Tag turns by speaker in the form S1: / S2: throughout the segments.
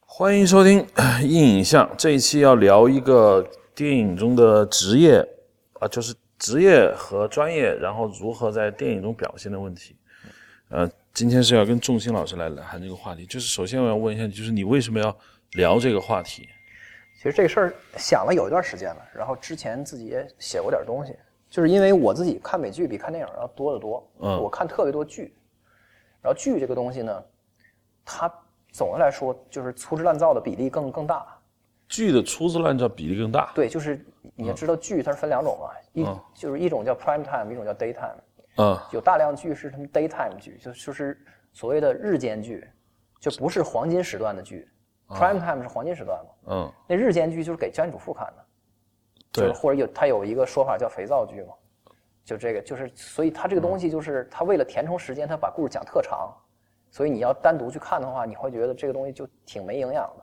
S1: 欢迎收听《硬影像》，这一期要聊一个电影中的职业啊，就是职业和专业，然后如何在电影中表现的问题。呃，今天是要跟仲兴老师来谈这个话题。就是首先我要问一下你，就是你为什么要聊这个话题？
S2: 其实这个事儿想了有一段时间了，然后之前自己也写过点东西，就是因为我自己看美剧比看电影要多得多，
S1: 嗯
S2: 我看特别多剧，然后剧这个东西呢，它总的来说就是粗制滥造的比例更更大，
S1: 剧的粗制滥造比例更大。
S2: 对，就是你也知道剧它是分两种嘛，一、就是一种叫 prime time，一种叫 daytime，
S1: 嗯
S2: 有大量剧是他们 daytime 剧，就就是所谓的日间剧，就不是黄金时段的剧、p r i m e time 是黄金时段嘛，
S1: 嗯，
S2: 那日间剧就是给家庭主妇看的。就是
S1: 对，
S2: 或者有它有一个说法叫肥皂剧嘛，就这个就是，所以它这个东西就是它为了填充时间，它把故事讲特长，所以你要单独去看的话，你会觉得这个东西就挺没营养的。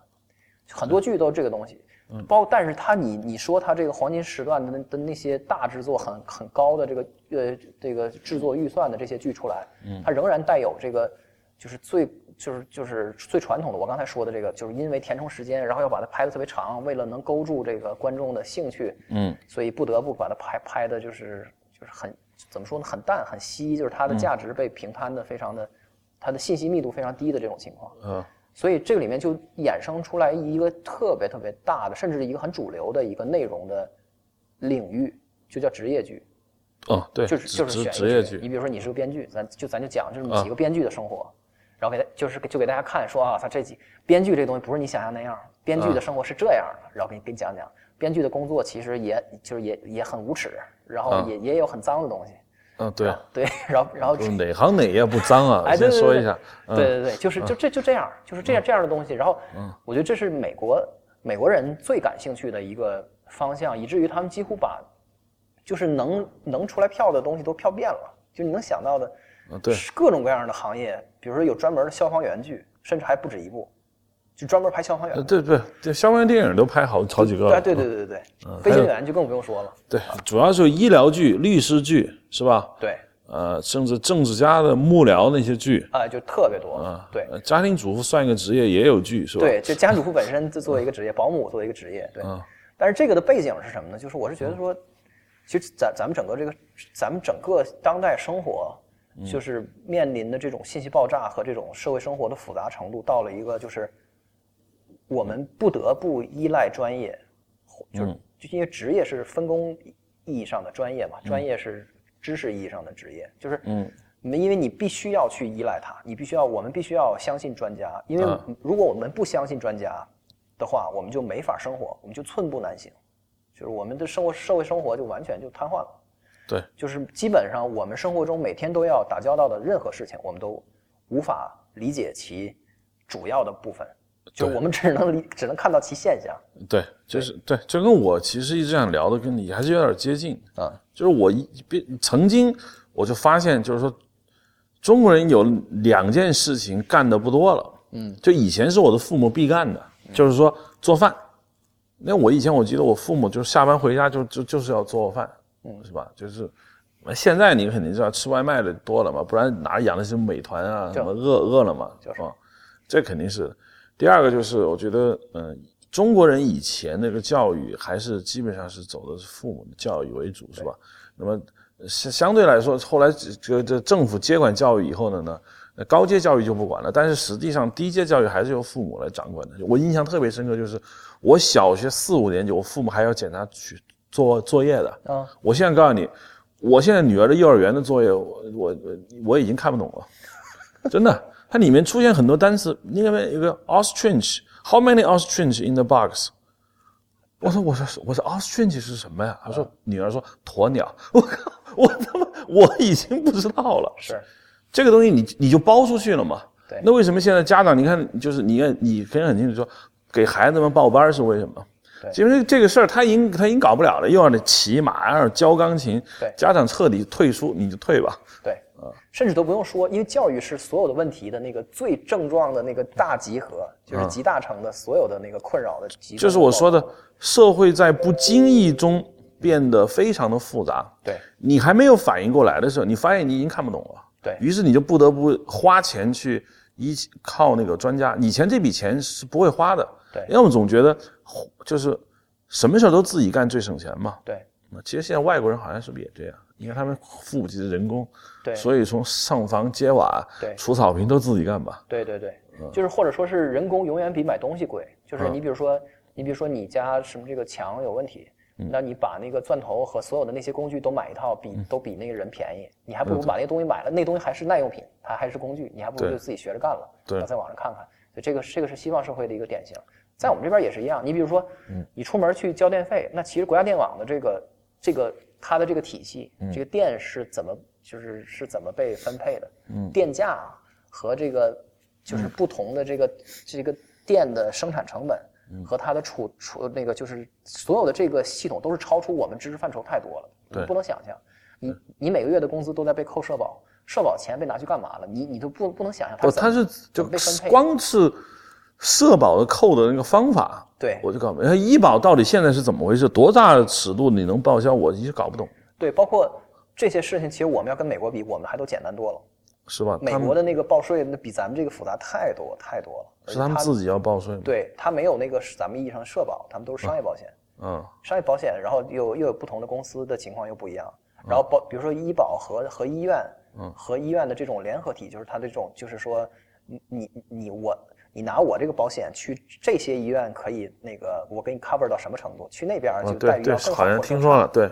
S2: 很多剧都是这个东西，包但是它你你说它这个黄金时段的那的那些大制作很很高的这个呃这个制作预算的这些剧出来，它仍然带有这个就是最就是就是最传统的我刚才说的这个，就是因为填充时间，然后要把它拍的特别长，为了能勾住这个观众的兴趣，
S1: 嗯，
S2: 所以不得不把它拍拍的就是就是很怎么说呢，很淡很稀，就是它的价值被平摊的非常的，它的信息密度非常低的这种情况。
S1: 嗯，
S2: 所以这个里面就衍生出来一个特别特别大的，甚至是一个很主流的一个内容的领域，就叫职业剧。
S1: 哦，对，
S2: 就是
S1: 职
S2: 就是
S1: 职
S2: 选
S1: 职业
S2: 你
S1: 剧，
S2: 比如说你是个编剧，咱就咱就讲这
S1: 啊
S2: 么几个编剧的生活，然后给他就是给就给大家看说啊，他这几编剧这东西不是你想象那样，编
S1: 啊
S2: 剧的生活是这样的，然后给你给你讲讲，编剧的工作其实也就是也也很无耻，然
S1: 啊
S2: 后也、也有很脏的东西，
S1: 嗯，对，
S2: 对，然后然后
S1: 就是哪行哪业不脏啊？
S2: 哎对
S1: 先
S2: 对
S1: 说
S2: 对
S1: 一下，嗯
S2: 对对对，就是就这就这样，就是这样这样的东西。然后，我觉得这是美国美国人最感兴趣的一个方向，以至于他们几乎把就是能能出来票的东西都票遍了，就你能想到的，
S1: 嗯，对，
S2: 各种各样的行业，比如说有专门的消防员剧，甚至还不止一部，就专门拍消防员
S1: 呃。对对对，相关电影都拍好好几个了
S2: 对。对对对对对，飞行员就更不用说了。
S1: 对，主要是医疗剧、律师剧，是吧？
S2: 对，
S1: 呃，甚至政治家的幕僚那些剧，
S2: 啊，就特别多。对
S1: 呃家庭主妇算一个职业也有剧，是吧？，
S2: 对，就家庭主妇本身就作为一个职业，保姆作为一个职业，对。但是这个的背景是什么呢？就是我是觉得说，其实咱咱们整个这个，咱们整个当代生活，就是面临的这种信息爆炸和这种社会生活的复杂程度，到了一个就是我们不得不依赖专业，就是就因为职业是分工意义上的专业嘛，专业是知识意义上的职业，就是嗯。因为你必须要去依赖它，你必须要，我们必须要相信专家，因为如果我们不相信专家的话，我们就没法生活，我们就寸步难行，就是我们的生活社会生活就完全就瘫痪了。
S1: 对，
S2: 就是基本上我们生活中每天都要打交道的任何事情，我们都无法理解其主要的部分，就是我们只能理只能看到其现象。
S1: 对，就是对，就跟我其实一直想聊的，跟你还是有点接近
S2: 啊。
S1: 就是我一别曾经我就发现，就是说中国人有两件事情干的不多了，嗯，就以前是我的父母必干的，就是说做饭。那我以前我记得我父母就是下班回家就就就是要做饭，嗯，是吧？就是现在你肯定知道吃外卖的多了嘛，不然哪养的是美团啊，什么饿饿了么，
S2: 就是
S1: 吧？这肯定是。第二个就是我觉得，嗯、中国人以前那个教育还是基本上是走的是父母的教育为主，是吧？那么呃相相对来说，后来这这这政府接管教育以后呢呢，那高阶教育就不管了，但是实际上低阶教育还是由父母来掌管的。我印象特别深刻，就是我小学四五年级，我父母还要检查去做作业的。
S2: 啊，
S1: 我现在告诉你，我现在女儿的幼儿园的作业，我我我已经看不懂了，真的。它里面出现很多单词，那边有个 ostrich，how many ostrich in the box？我说我说我说 ostrich 是什么呀？他说女儿说鸵鸟。 我靠，我他妈我已经不知道了。
S2: 是
S1: 这个东西你你就包出去了嘛。
S2: 对
S1: 那为什么现在家长你看就是你看你可以很清楚说，给孩子们报班是为什么？因为这个事儿他已经他已经搞不了了，又让你骑马，又让你教钢琴，
S2: 对
S1: 家长彻底退出，你就退吧。
S2: 对，
S1: 啊
S2: 甚至都不用说，因为教育是所有的问题的那个最症状的那个大集合，就是集大成的所有的那个困扰的集中。
S1: 嗯就是我说的，社会在不经意中变得非常的复杂。
S2: 对
S1: 你还没有反应过来的时候，你发现你已经看不懂了。
S2: 对
S1: 于是你就不得不花钱去依靠那个专家，以前这笔钱是不会花的，
S2: 对
S1: 因为我们总觉得就是什么事儿都自己干最省钱嘛。
S2: 对
S1: 那其实现在外国人好像是不是也这样？你看他们付不起人工，
S2: 对
S1: 所以从上房揭瓦、
S2: 对
S1: 除草坪都自己干吧。
S2: 对对对，
S1: 嗯
S2: 就是或者说是人工永远比买东西贵。就是你比如说，你比如说你家什么这个墙有问题，
S1: 嗯
S2: 那你把那个钻头和所有的那些工具都买一套，比都比那个人便宜。你还不如把那个东西买了，那东西还是耐用品，它还是工具，你还不
S1: 嗯
S2: 如
S1: 对
S2: 就自己学着干了，
S1: 对
S2: 然后在网上看看。所以这个是这个是西方社会的一个典型，在我们这边也是一样。你比如说，
S1: 嗯
S2: 你出门去交电费，那其实国家电网的这个这个它的这个体系，
S1: 嗯
S2: 这个电是怎么就是是怎么被分配的？电价和这个就是不同的这个、这个电的生产成本
S1: 嗯
S2: 和它的储储那个就是所有的这个系统都是超出我们知识范畴太多了，
S1: 对
S2: 你不能想象，你你每个月的工资都在被扣社保，社保钱被拿去干嘛了？你你都不不能想象它
S1: 不，
S2: 怎么
S1: 他是就
S2: 怎么被分配
S1: 光是社保的扣的那个方法，
S2: 对
S1: 我就搞不明白。医保到底现在是怎么回事？多大的尺度你能报销？我一直搞不懂，
S2: 对，包括这些事情，其实我们要跟美国比，我们还都简单多了。
S1: 是吧？
S2: 美
S1: 他们
S2: 国的那个报税那比咱们这个复杂太多太多了，而
S1: 是
S2: 且
S1: 他们自己要报税吗？
S2: 对它没有那个是咱们意义上的社保，他们都是商业保险。
S1: 嗯，
S2: 商业保险，然后又又有不同的公司的情况又不一样，
S1: 嗯
S2: 然后保比如说医保和和医院，和医院的这种联合体，就是它的这种就是说你你你我你拿我这个保险去这些医院可以那个我给你 cover 到什么程度，去那边儿
S1: 啊
S2: 就待
S1: 对
S2: 遇
S1: 对
S2: 要，更好
S1: 好像
S2: 或者
S1: 听说了，对，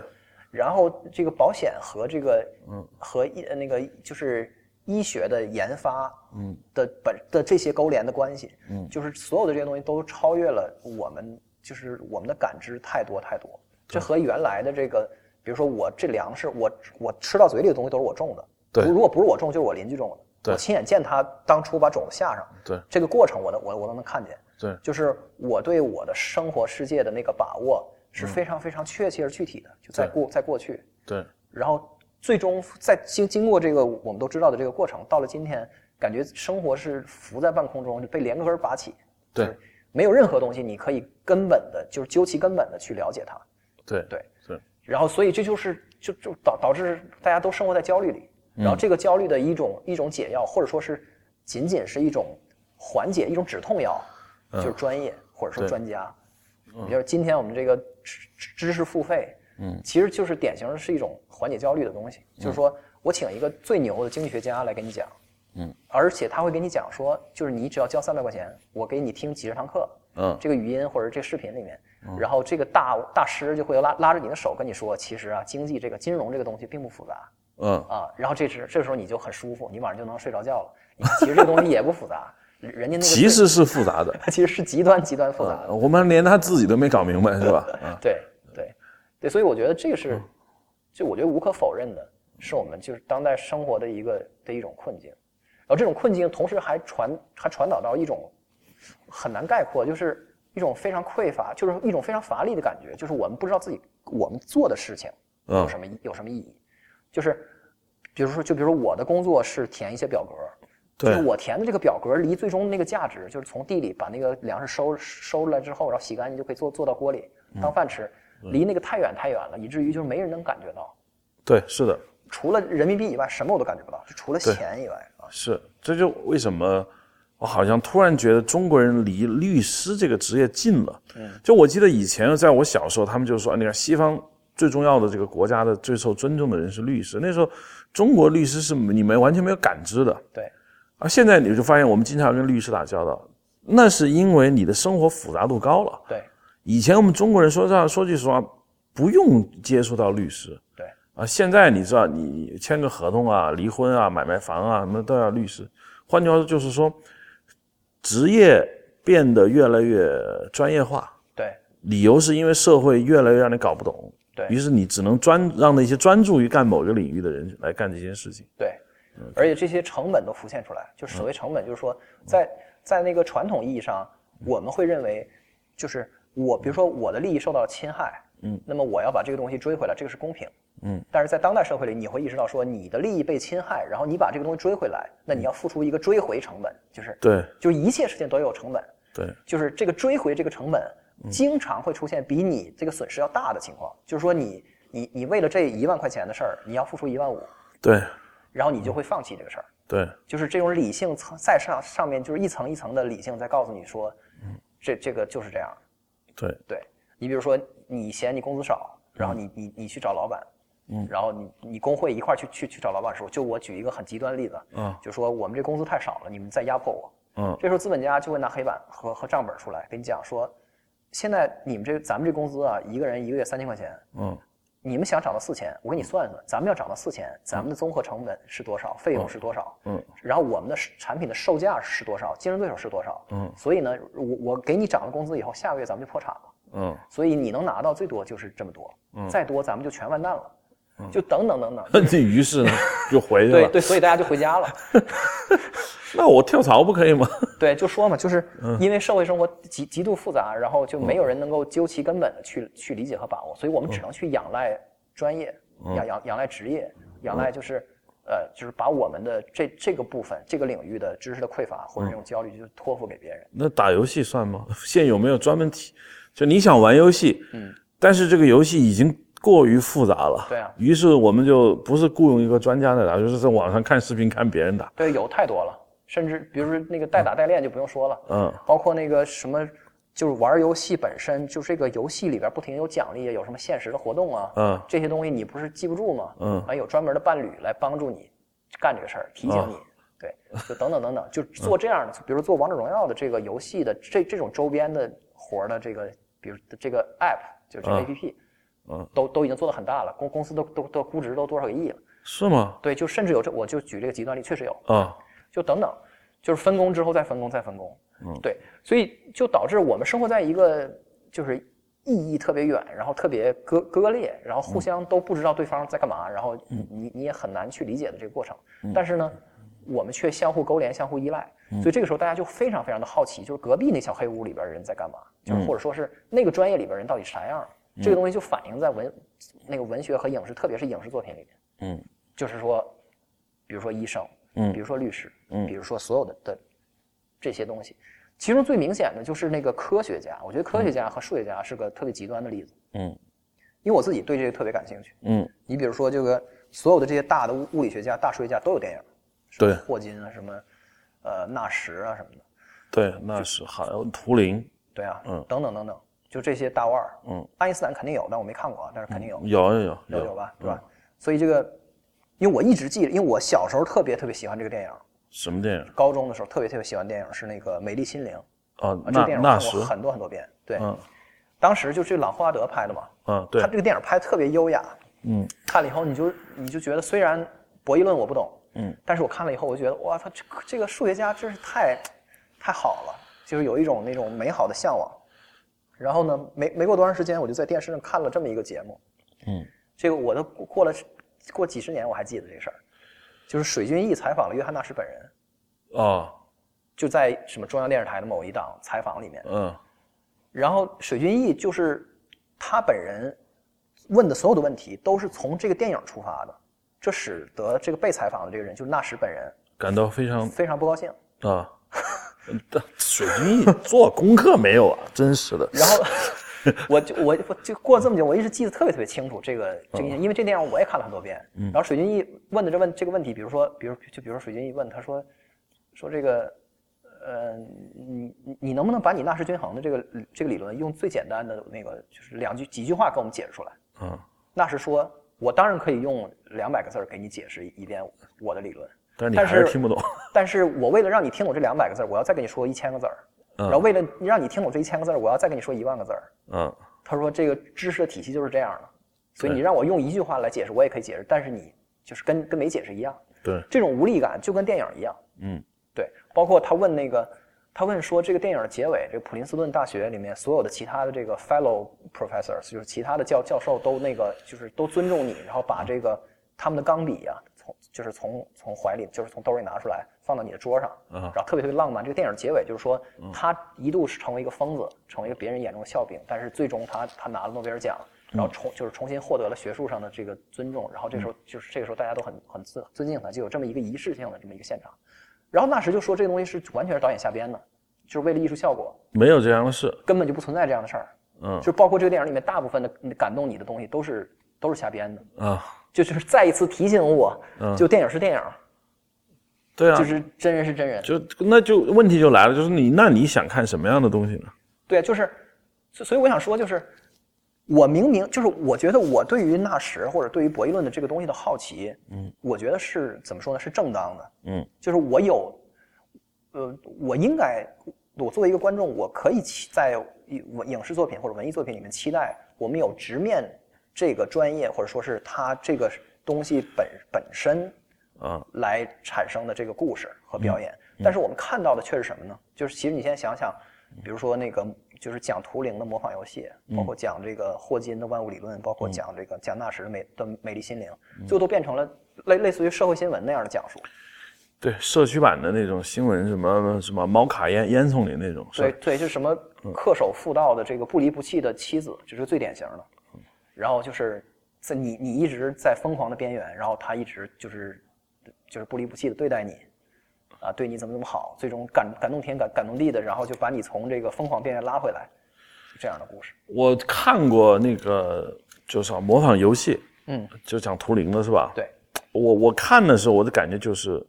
S2: 然后这个保险和这个，
S1: 嗯
S2: 和医呃那个就是医学的研发，嗯，的本的这些勾连的关系，嗯，就是所有的这些东西都超越了我们，就是我们的感知太多太多。这和原来的这个，比如说我这粮食，我我吃到嘴里的东西都是我种的，
S1: 对
S2: 如如果不是我种，就是我邻居种的，
S1: 对
S2: 我亲眼见他当初把种子下上，
S1: 嗯对
S2: 这个过程我都我我都能看见，
S1: 对
S2: 就是我对我的生活世界的那个把握
S1: 嗯
S2: 是非常非常确切而具体的，就在过在过去，
S1: 对，
S2: 然后最终在经经过这个我们都知道的这个过程，到了今天，感觉生活是浮在半空中，就被连根儿拔起，
S1: 对
S2: 就是没有任何东西你可以根本的，就是究其根本的去了解它，
S1: 对
S2: 对
S1: 对，
S2: 然后所以这就是就就导导致大家都生活在焦虑里，然后这个焦虑的一种一种解药，或者说是仅仅是一种缓解一种止痛药，就是专业或者说
S1: 对
S2: 专家，也就是今天我们这个知知知识付费，嗯，其实就是典型的是一种缓解焦虑的东西，就是说我请一个最牛的经济学家来给你讲，嗯，而且他会给你讲说，就是你只要交三百块钱，我给你听几十堂课，
S1: 嗯
S2: 这个语音或者这视频里面，然后这个大大师就会拉拉着你的手跟你说，其实啊，经济这个金融这个东西并不复杂
S1: 嗯，
S2: 啊。然后这时这时候你就很舒服，你晚上就能睡着觉了。你其实这个东西也不复杂，人家那个
S1: 其实是复杂的，
S2: 它其实是极端极端复杂的。
S1: 我们连他自己都没搞明白，是吧？啊，
S2: 对对对，所以我觉得这个是，就我觉得无可否认的，是我们就是当代生活的一个的一种困境。然后这种困境同时还传还传导到一种很难概括，就是一种非常匮乏，就是一种非常乏力的感觉，就是我们不知道自己我们做的事情有
S1: 嗯
S2: 什么意有什么意义，就是比如说就比如说我的工作是填一些表格。就是
S1: 对
S2: 我填的这个表格离最终那个价值，就是从地里把那个粮食收收出来之后，然后洗干净就可以做做到锅里
S1: 嗯
S2: 当饭吃，离那个太远太远了，以至于就是没人能感觉到。
S1: 对，是的，
S2: 除了人民币以外，什么我都感觉不到，就除了
S1: 对
S2: 钱以外啊。
S1: 是，这就为什么我好像突然觉得中国人离律师这个职业近了。
S2: 嗯
S1: 就我记得以前在我小时候，他们就说，你看西方最重要的这个国家的最受尊重的人是律师，那时候中国律师是你们完全没有感知的。
S2: 对，
S1: 而现在你就发现，我们经常跟律师打交道，那是因为你的生活复杂度高了。
S2: 对，
S1: 以前我们中国人说实话，说句实话，不用接触到律师。
S2: 对
S1: 啊，现在你知道，你签个合同啊、离婚啊、买卖房啊，什么都要律师。换句话说，就是说，职业变得越来越专业化。
S2: 对，
S1: 理由是因为社会越来越让你搞不懂，
S2: 对
S1: 于是你只能专让那些专注于干某个领域的人来干这些事情。
S2: 对，而且这些成本都浮现出来，就是所谓成本，就是说在在那个传统意义上，我们会认为，就是我比如说我的利益受到了侵害，嗯，那么我要把这个东西追回来，这个是公平，嗯，但是在当代社会里，你会意识到说你的利益被侵害，然后你把这个东西追回来，那你要付出一个追回成本，就是
S1: 对
S2: 就是一切事情都有成本，
S1: 对
S2: 就是这个追回这个成本，经常会出现比你这个损失要大的情况，就是说你你你为了这一万块钱的事儿，你要付出一万五，
S1: 对
S2: 然后你就会放弃这个事儿。
S1: 对，
S2: 就是这种理性层再上上面就是一层一层的理性在告诉你说，这这个就是这样。
S1: 对，
S2: 对你比如说，你嫌你工资少，然后你你你去找老板，
S1: 嗯
S2: 然后你你工会一块儿去去去找老板的时候，就我举一个很极端的例子，
S1: 啊，
S2: 就说我们这工资太少了，你们在压迫我。
S1: 嗯
S2: 这时候资本家就会拿黑板和和账本出来跟你讲说，现在你们这咱们这工资啊，一个人一个月三千块钱，
S1: 嗯
S2: 你们想涨到四千，我给你算算，咱们要涨到四千，咱们的综合成本是多少，费用是多少，
S1: 嗯
S2: 然后我们的是产品的售价是多少，竞争对手是多少。
S1: 嗯
S2: 所以呢，我我给你涨了工资以后，下个月咱们就破产了。
S1: 嗯，
S2: 所以你能拿到最多就是这么多，再多咱们就全完蛋了，
S1: 嗯
S2: 就等等等等。
S1: 那于是呢就回去
S2: 对
S1: 了。
S2: 对，所以大家就回家了。
S1: 那我跳槽不可以吗？
S2: 对，就说嘛，就是因为社会生活极极度复杂，然后就没有人能够究其根本的去去理解和把握，所以我们只能去仰赖专业，仰仰仰赖职业，仰赖就是呃，就是把我们的这这个部分这个领域的知识的匮乏或者这种焦虑，就托付给别人。
S1: 那打游戏算吗？ 现在有没有专门提？就你想玩游戏，
S2: 嗯，
S1: 但是这个游戏已经过于复杂了，
S2: 对啊
S1: 于是我们就不是雇佣一个专家在打，就是在网上看视频看别人打，
S2: 对，有太多了，甚至比如说那个代打代练就不用说了，
S1: 嗯
S2: 包括那个什么，就是玩游戏本身，就这个游戏里边不停有奖励，啊有什么限时的活动啊，
S1: 嗯
S2: 这些东西你不是记不住吗？
S1: 嗯
S2: 啊，有专门的伴侣来帮助你干这个事儿，提
S1: 哦
S2: 醒你，对，就等等等等，就做这样的，比如做王者荣耀的这个游戏的这这种周边的活儿的这个，比如这个 app 就是这个
S1: 嗯
S2: app，
S1: 嗯，
S2: 都都已经做得很大了，公公司都都都估值都多少个亿了，
S1: 是吗？
S2: 对，就甚至有这，我就举这个极端例，确实有，
S1: 啊，
S2: 就等等，就是分工之后再分工再分工，嗯，对，所以就导致我们生活在一个就是意义特别远，然后特别割割裂，然后互相都不知道对方在干嘛，然后你你你也很难去理解的这个过程。但是呢，我们却相互勾连、相互依赖，所以这个时候大家就非常非常的好奇，就是隔壁那小黑屋里边人在干嘛，就是或者说是那个专业里边人到底啥样儿。这个东西就反映在文那个文学和影视，特别是影视作品里面。
S1: 嗯，
S2: 就是说，比如说医生，
S1: 嗯
S2: 比如说律师，
S1: 嗯
S2: 比如说所有的的这些东西，其中最明显的就是那个科学家。我觉得科学家和数学家是个特别极端的例子，
S1: 嗯
S2: 因为我自己对这个特别感兴趣。
S1: 嗯，
S2: 你比如说，这个所有的这些大的物物理学家、大数学家都有电影，什么
S1: 对
S2: 霍金啊，什么呃纳什啊什么的，
S1: 对，那是还有图灵
S2: 对啊，
S1: 嗯
S2: 等等等等，就这些大腕儿，
S1: 嗯，
S2: 爱因斯坦肯定有，但我没看过啊，但是肯定有，
S1: 有有
S2: 有
S1: 有嗯
S2: 有吧，对吧？所以这个，因为我一直记得，因为我小时候特别特别喜欢这个电影，
S1: 什么电影
S2: 高中的时候特别特别喜欢电影是那个《美丽心灵》
S1: 啊？
S2: 啊，这
S1: 那
S2: 个电影我
S1: 那
S2: 看
S1: 时
S2: 过很多很多遍。对，
S1: 嗯
S2: 当时就是朗霍华德拍的嘛，
S1: 嗯对
S2: 他这个电影拍得特别优雅，
S1: 嗯
S2: 看了以后你就你就觉得虽然博弈论我不懂，
S1: 嗯，
S2: 但是我看了以后我就觉得哇，他这个这个数学家真是太太好了，就是有一种那种美好的向往。然后呢，没没过多长时间，我就在电视上看了这么一个节目，
S1: 嗯，
S2: 这个我都过过了过几十年我还记得这个事儿，就是水均益采访了约翰纳什本人，
S1: 啊
S2: 就在什么中央电视台的某一档采访里面，
S1: 嗯
S2: 然后水均益就是他本人问的所有的问题都是从这个电影出发的，这使得这个被采访的这个人就是纳什本人
S1: 感到非常
S2: 非常不高兴。
S1: 啊， 但水军一做功课没有啊？真是的，
S2: 然后我就我我就过了这么久，我一直记得特别特别清楚这个这个印象，因为这电影我也看了很多遍。然后水均益问的这问这个问题，比如说，比如就比如说水均益问他说说这个。呃，你你你能不能把你纳什均衡的这个这个理论用最简单的那个就是两句几句话给我们解释出来？
S1: 嗯，
S2: 那是说我当然可以用两百个字儿给你解释一遍我的理论，
S1: 但是你
S2: 但
S1: 还是
S2: 是
S1: 听不懂。
S2: 但是我为了让你听懂这两百个字儿，我要再跟你说一千个字儿，
S1: 嗯
S2: 然后为了让你听懂这一千个字儿，我要再跟你说一万个字儿。
S1: 嗯
S2: 他说这个知识的体系就是这样的，所以
S1: 对
S2: 你让我用一句话来解释，我也可以解释，但是你就是跟跟没解释一样，
S1: 对，
S2: 这种无力感就跟电影一样。
S1: 嗯
S2: 对，包括他问那个，他问说这个电影的结尾，这个普林斯顿大学里面所有的其他的这个 fellow professors，就是其他的教教授都那个就是都尊重你，然后把这个他们的钢笔啊，从就是从从怀里就是从兜里拿出来放到你的桌上，
S1: 啊
S2: 然后特别特别浪漫。这个电影结尾就是说，
S1: 嗯
S2: 他一度是成为一个疯子，成为一个别人眼中的笑柄，但是最终他他拿了诺贝尔奖。然
S1: 嗯
S2: 后重就是重新获得了学术上的这个尊重，然后这时候就是这个时候大家都很很尊尊敬他，就有这么一个仪式性的这么一个现场。然后纳什就说这个东西是完全是导演瞎编的，就是为了艺术效果，
S1: 没有这样的事。
S2: 根本就不存在这样的事儿。
S1: 嗯
S2: 就包括这个电影里面大部分的感动你的东西都是都是瞎编的，
S1: 啊，
S2: 就就是再一次提醒我，
S1: 嗯
S2: 就电影是电影，
S1: 对啊，
S2: 就是真人是真人，
S1: 就那就问题就来了，就是你那你想看什么样的东西呢？
S2: 对啊，就是，所所以我想说，就是我明明就是我觉得我对于纳什或者对于博弈论的这个东西的好奇，嗯，我觉得是怎么说呢？是正当的，
S1: 嗯，
S2: 就是我有，呃，我应该，我作为一个观众，我可以期在影影视作品或者文艺作品里面期待我们有直面这个专业或者说是它这个东西本本身
S1: 啊，
S2: 来产生的这个故事和表演。但是我们看到的却是什么呢？就是其实你先想想，比如说那个就是讲图灵的模仿游戏，包括讲这个霍金的万物理论，包括讲这个讲纳什的美的美丽心灵，最后都变成了类类似于社会新闻那样的讲述。
S1: 对，社区版的那种新闻，什么什么猫卡烟烟囱里那种，是
S2: 对
S1: 吧
S2: 对，就是什么恪守妇道的这个不离不弃的妻子，这是最典型的。然后就是在你你一直在疯狂的边缘，然后他一直就是就是不离不弃的对待你，啊，对你怎么怎么好，最终感感动天感感动地的，然后就把你从这个疯狂边缘拉回来，是这样的故事。
S1: 我看过那个，就是啊模仿游戏，
S2: 嗯，
S1: 就讲图灵的是吧？
S2: 对，
S1: 我我看的时候，我的感觉就是，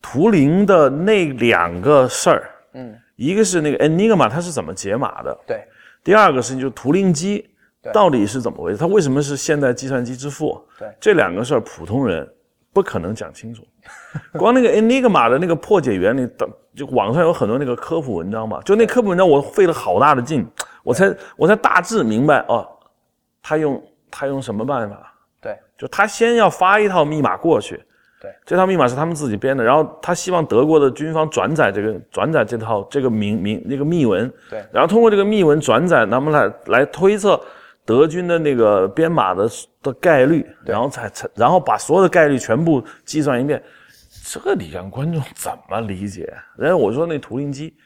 S1: 图灵的那两个事儿，
S2: 嗯，
S1: 一个是那个 Enigma 它是怎么解码的，
S2: 对，
S1: 第二个事情就是图灵机
S2: 对
S1: 到底是怎么回事，它为什么是现代计算机之父？
S2: 对
S1: 这两个事儿普通人不可能讲清楚。光那个 Enigma 的那个破解原理，当就网上有很多那个科普文章嘛，就那科普文章我费了好大的劲，我才我才大致明白哦，他用他用什么办法？
S2: 对，
S1: 就他先要发一套密码过去，
S2: 对，
S1: 这套密码是他们自己编的，然后他希望德国的军方转载这个转载这套这个明明那个密文，
S2: 对
S1: 然后通过这个密文转载，咱们来来推测德军的那个编码的的概率，然后才才然后把所有的概率全部计算一遍，这你让观众怎么理解？然后我说那图灵机，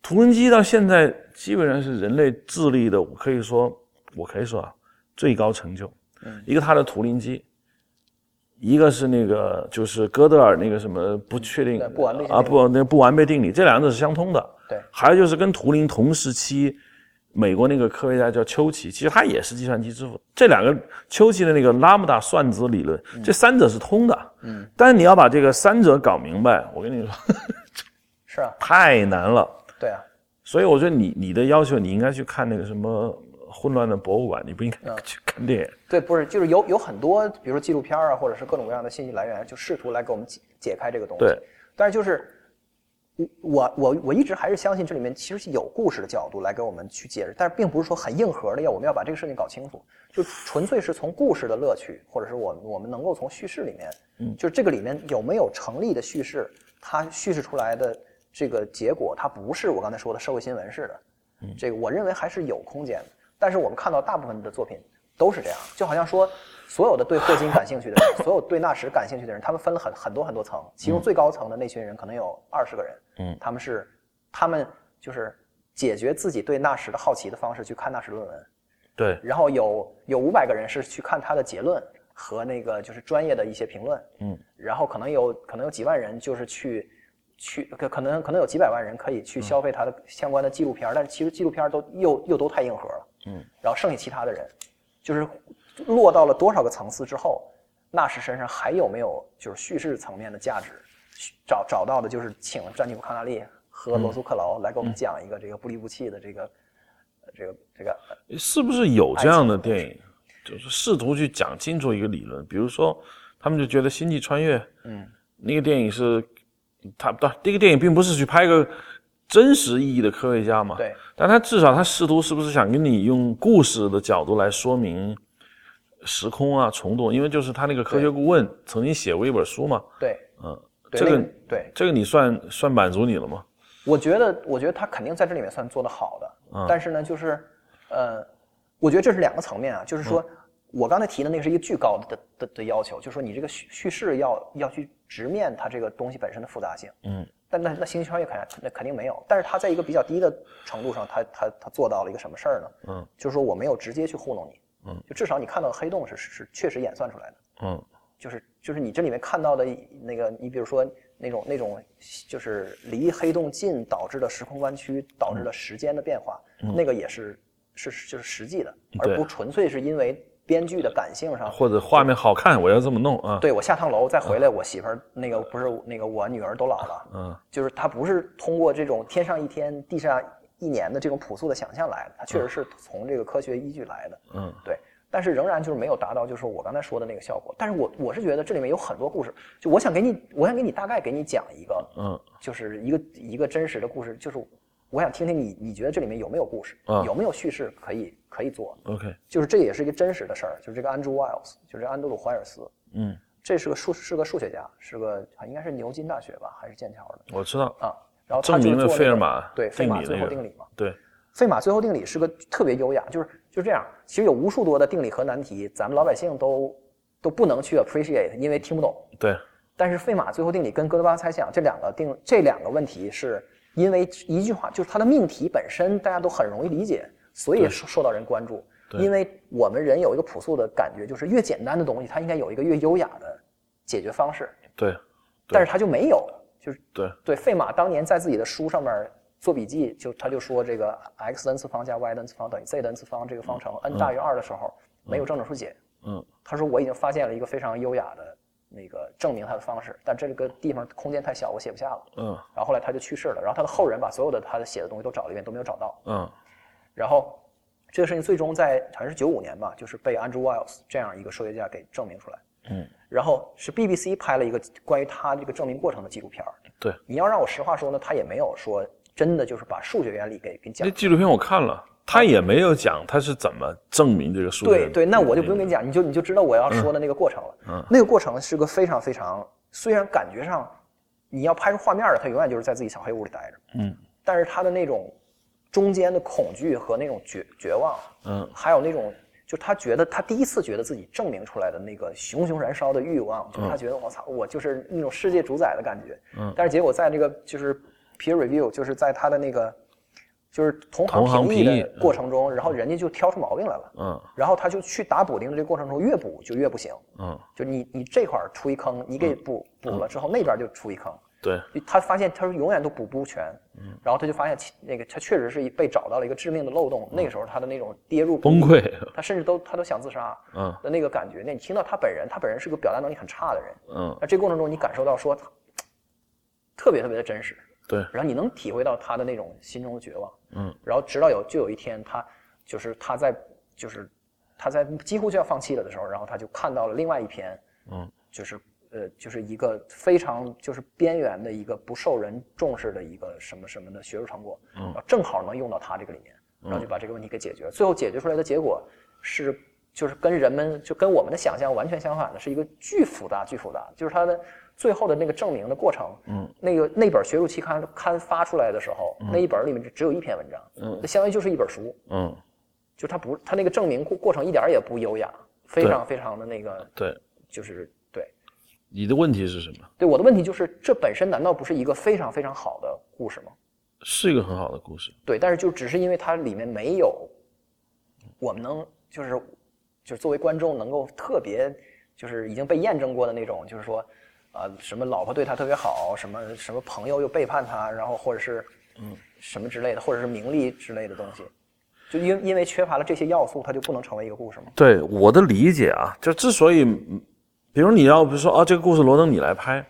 S1: 图灵机到现在基本上是人类智力的，我可以说我可以说啊最高成就，
S2: 嗯
S1: 一个他的图灵机。一个是那个，就是哥德尔那个什么不确定
S2: 嗯对不完备性
S1: 啊，
S2: 定
S1: 不那个不完备定理，这两个是相通的。
S2: 对
S1: 还有就是跟图灵同时期，美国那个科学家叫丘奇，其实他也是计算机之父。这两个丘奇的那个拉姆达算子理论，
S2: 嗯
S1: 这三者是通的。嗯，但是你要把这个三者搞明白，我跟你说
S2: 是啊，
S1: 太难了。
S2: 对啊，
S1: 所以我觉得你你的要求，你应该去看那个什么混乱的博物馆，你不应
S2: 啊
S1: 该去看电影。
S2: 对，不是，就是有有很多，比如说纪录片啊，或者是各种各样的信息来源，就试图来给我们解解开这个东西。
S1: 对，
S2: 但是就是我我我我一直还是相信这里面其实是有故事的角度来给我们去解释，但是并不是说很硬核的要我们要把这个事情搞清楚，就纯粹是从故事的乐趣，或者是我们我们能够从叙事里面，嗯，就是这个里面有没有成立的叙事，它叙事出来的这个结果，它不是我刚才说的社会新闻式的，这个我认为还是有空间的。但是我们看到大部分的作品都是这样，就好像说，所有的对霍金感兴趣的人， 所有对纳什感兴趣的人，他们分了很很多很多层，其中最高层的那群人可能有二十个人，
S1: 嗯，
S2: 他们是他们就是解决自己对纳什的好奇的方式去看纳什论文，
S1: 对，
S2: 然后有有五百个人是去看他的结论和那个就是专业的一些评论，
S1: 嗯，
S2: 然后可能有可能有几万人就是去去可可能可能有几百万人可以
S1: 嗯
S2: 去消费他的相关的纪录片儿，但是其实纪录片儿都又又都太硬核了，
S1: 嗯，
S2: 然后剩下其他的人就是落到了多少个层次之后，纳什身上还有没有就是叙事层面的价值？去找找到的就是请詹妮弗康纳利和
S1: 嗯
S2: 罗素克劳来给我们讲一个这个不离不弃的这个。呃这个这个
S1: 是不是有这样的电影，就是试图去讲清楚一个理论？比如说，他们就觉得《星际穿越》，
S2: 嗯，
S1: 那个电影是，他不，这个电影并不是去拍个真实意义的科学家嘛，
S2: 对，
S1: 但他至少他试图是不是想跟你用故事的角度来说明时空啊虫洞？因为就是他那个科学顾问曾经写过一本书嘛，
S2: 对，
S1: 嗯，
S2: 对
S1: 这
S2: 那
S1: 个
S2: 个对，
S1: 这个你算算满足你了吗？
S2: 我觉得，我觉得他肯定在这里面算做得好的，
S1: 嗯
S2: 但是呢，就是，呃，我觉得这是两个层面啊，就是说，
S1: 嗯
S2: 我刚才提的那个是一个巨高的的的的要求，就是说你这个叙叙事要要去直面它这个东西本身的复杂性，
S1: 嗯，
S2: 但那那星际穿越肯那肯定没有，但是它在一个比较低的程度上，它它它做到了一个什么事儿呢？
S1: 嗯，
S2: 就是说我没有直接去糊弄你，
S1: 嗯，
S2: 就至少你看到的黑洞是是是确实演算出来的。
S1: 嗯，
S2: 就是就是你这里面看到的那个，你比如说那种那种就是离黑洞近导致的时空弯
S1: 嗯
S2: 曲，导致了时间的变化，那个也是是是就是实际的，而
S1: 对
S2: 不纯粹是因为编剧的感性上，
S1: 或者画面好看，我要这么弄啊。
S2: 对我下趟楼再回来，我媳妇儿那个不是那个我女儿都老了，
S1: 嗯，
S2: 就是她不是通过这种天上一天地上一年的这种朴素的想象来的，她确实是从这个科学依据来的，
S1: 嗯，
S2: 对。但是仍然就是没有达到就是我刚才说的那个效果。但是我我是觉得这里面有很多故事，就我想给你，我想给你大概给你讲一个，
S1: 嗯，
S2: 就是一个一个真实的故事，就是我想听听你你觉得这里面有没有故事，
S1: 啊
S2: 有没有叙事可以可以做，
S1: OK，
S2: 就是这也是一个真实的事儿，就是这个 Andrew Wiles，就是安德鲁·怀尔斯，
S1: 嗯，
S2: 这是个数是个数学家，是个啊应该是牛津大学吧，还是剑桥的
S1: 我知道，
S2: 啊。然后他
S1: 证
S2: 就是
S1: 明了
S2: 做那
S1: 费尔
S2: 个
S1: 马
S2: 对费马
S1: 定理
S2: 最
S1: 那
S2: 后
S1: 个
S2: 定理嘛。
S1: 对，
S2: 费马最后定理是个特别优雅，就是就是这样。其实有无数多的定理和难题，咱们老百姓都都不能去 appreciate，因为听不懂。
S1: 对，
S2: 但是费马最后定理跟哥德巴猜想这两个定这两个问题，是因为一句话，就是它的命题本身大家都很容易理解，所以受受到人关注。
S1: 对
S2: 因为我们人有一个朴素的感觉，就是越简单的东西，它应该有一个越优雅的解决方式，
S1: 对，对
S2: 但是它就没有。就是
S1: 对，
S2: 对费马当年在自己的书上面做笔记，就他就说这个 x 的 n 次方加 y 的 n 次方等于 z 的 n 次方这个方程 n 大于二的时候，没有正整数解。
S1: 嗯，
S2: 他说我已经发现了一个非常优雅的那个证明它的方式，但这个地方空间太小，我写不下了。
S1: 嗯
S2: 然后后来他就去世了，然后他的后人把所有的他的写的东西都找了一遍，都没有找到。
S1: 嗯
S2: 然后这个事情最终在好像是九五年吧，就是被 Andrew Wiles 这样一个数学家给证明出来。
S1: 嗯，
S2: 然后是 BBC 拍了一个关于他这个证明过程的纪录片儿。
S1: 对，
S2: 你要让我实话说呢，他也没有说真的就是把数学原理给给你讲
S1: 那。纪录片我看了，他也没有讲他是怎么证明这个数学
S2: 对
S1: 的
S2: 对，那我就不用跟你讲，你就你就知道我要说的那个过程了。
S1: 嗯
S2: 那个过程是个非常非常，虽然感觉上你要拍出画面儿来，他永远就是在自己小黑屋里待着，
S1: 嗯
S2: 但是他的那种中间的恐惧和那种绝绝望，
S1: 嗯
S2: 还有那种就他觉得他第一次觉得自己证明出来的那个熊熊燃烧的欲望，就是他觉得我操，我就是那种世界主宰的感觉。
S1: 嗯
S2: 但是结果在这个就是 peer review，就是在他的那个就是同
S1: 同行
S2: 行评
S1: 评议
S2: 议的过程中，然后人家就挑出毛病来了。
S1: 嗯
S2: 然后他就去打补丁的这个过程中，越补就越不行。
S1: 嗯，
S2: 就你你这块儿出一坑，你给补补了之后，那边就出一坑。
S1: 对，
S2: 他发现他说永远都补不全，
S1: 嗯
S2: 然后他就发现其那个他确实是被找到了一个致命的漏洞。那个时候他的那种跌入
S1: 嗯崩，溃，
S2: 他甚至都他都想自杀
S1: 嗯
S2: 的那个感觉。那你听到他本人，他本人是个表达能力很差的人，
S1: 嗯
S2: 那这过程中你感受到说他特别特别的真实，
S1: 对，
S2: 然后你能体会到他的那种心中的绝望，
S1: 嗯，
S2: 然后直到有就有一天他就是他在就是他在几乎就要放弃了的时候，然后他就看到了另外一篇，
S1: 嗯，
S2: 就是呃就是一个非常就是边缘的一个不受人重视的一个什么什么的学术成果，嗯，然后正好能用到他这个里面，然后
S1: 嗯
S2: 就把这个问题给解决了，最后解决出来的结果是。就是跟人们就跟我们的想象完全相反的，是一个巨复杂、巨复杂。就是它的最后的那个证明的过程，
S1: 嗯，
S2: 那个那本学术期刊刊发出来的时候，那一本里面只只有一篇文章，
S1: 嗯，
S2: 相当于就是一本书，
S1: 嗯
S2: 就它不，它那个证明过过程一点儿也不优雅，非
S1: 对
S2: 常非常的那个，
S1: 对，
S2: 就是对
S1: 你的问题是什么？
S2: 对。我的问题就是，这本身难道不是一个非常非常好的故事吗？
S1: 是一个很好的故事，
S2: 对，但是就只是因为它里面没有，我们能就是就是作为观众能够特别就是已经被验证过的那种，就是说啊、什么老婆对他特别好，什么什么朋友又背叛他，然后或者是嗯什么之类的，或者是名利之类的东西，就因因为缺乏了这些要素，它就不能成为一个故事嘛。
S1: 对我的理解啊，就之所以，嗯比如你要比如说啊，这个故事罗登你来拍，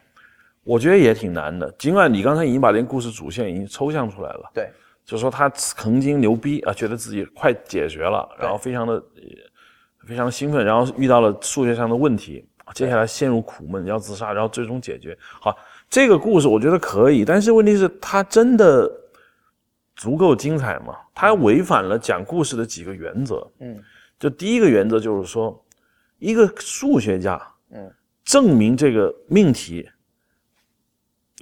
S1: 我觉得也挺难的。尽管你刚才已经把这个故事主线已经抽象出来了，
S2: 对
S1: 就说他曾经牛逼啊，觉得自己快解决了，然后非常的非常的兴奋，然后遇到了数学上的问题，接下来陷入苦闷，要自杀，然后最终解决。好，这个故事我觉得可以，但是问题是，它真的足够精彩吗？它违反了讲故事的几个原则。
S2: 嗯，
S1: 就第一个原则就是说，一个数学家，
S2: 嗯，
S1: 证明这个命题。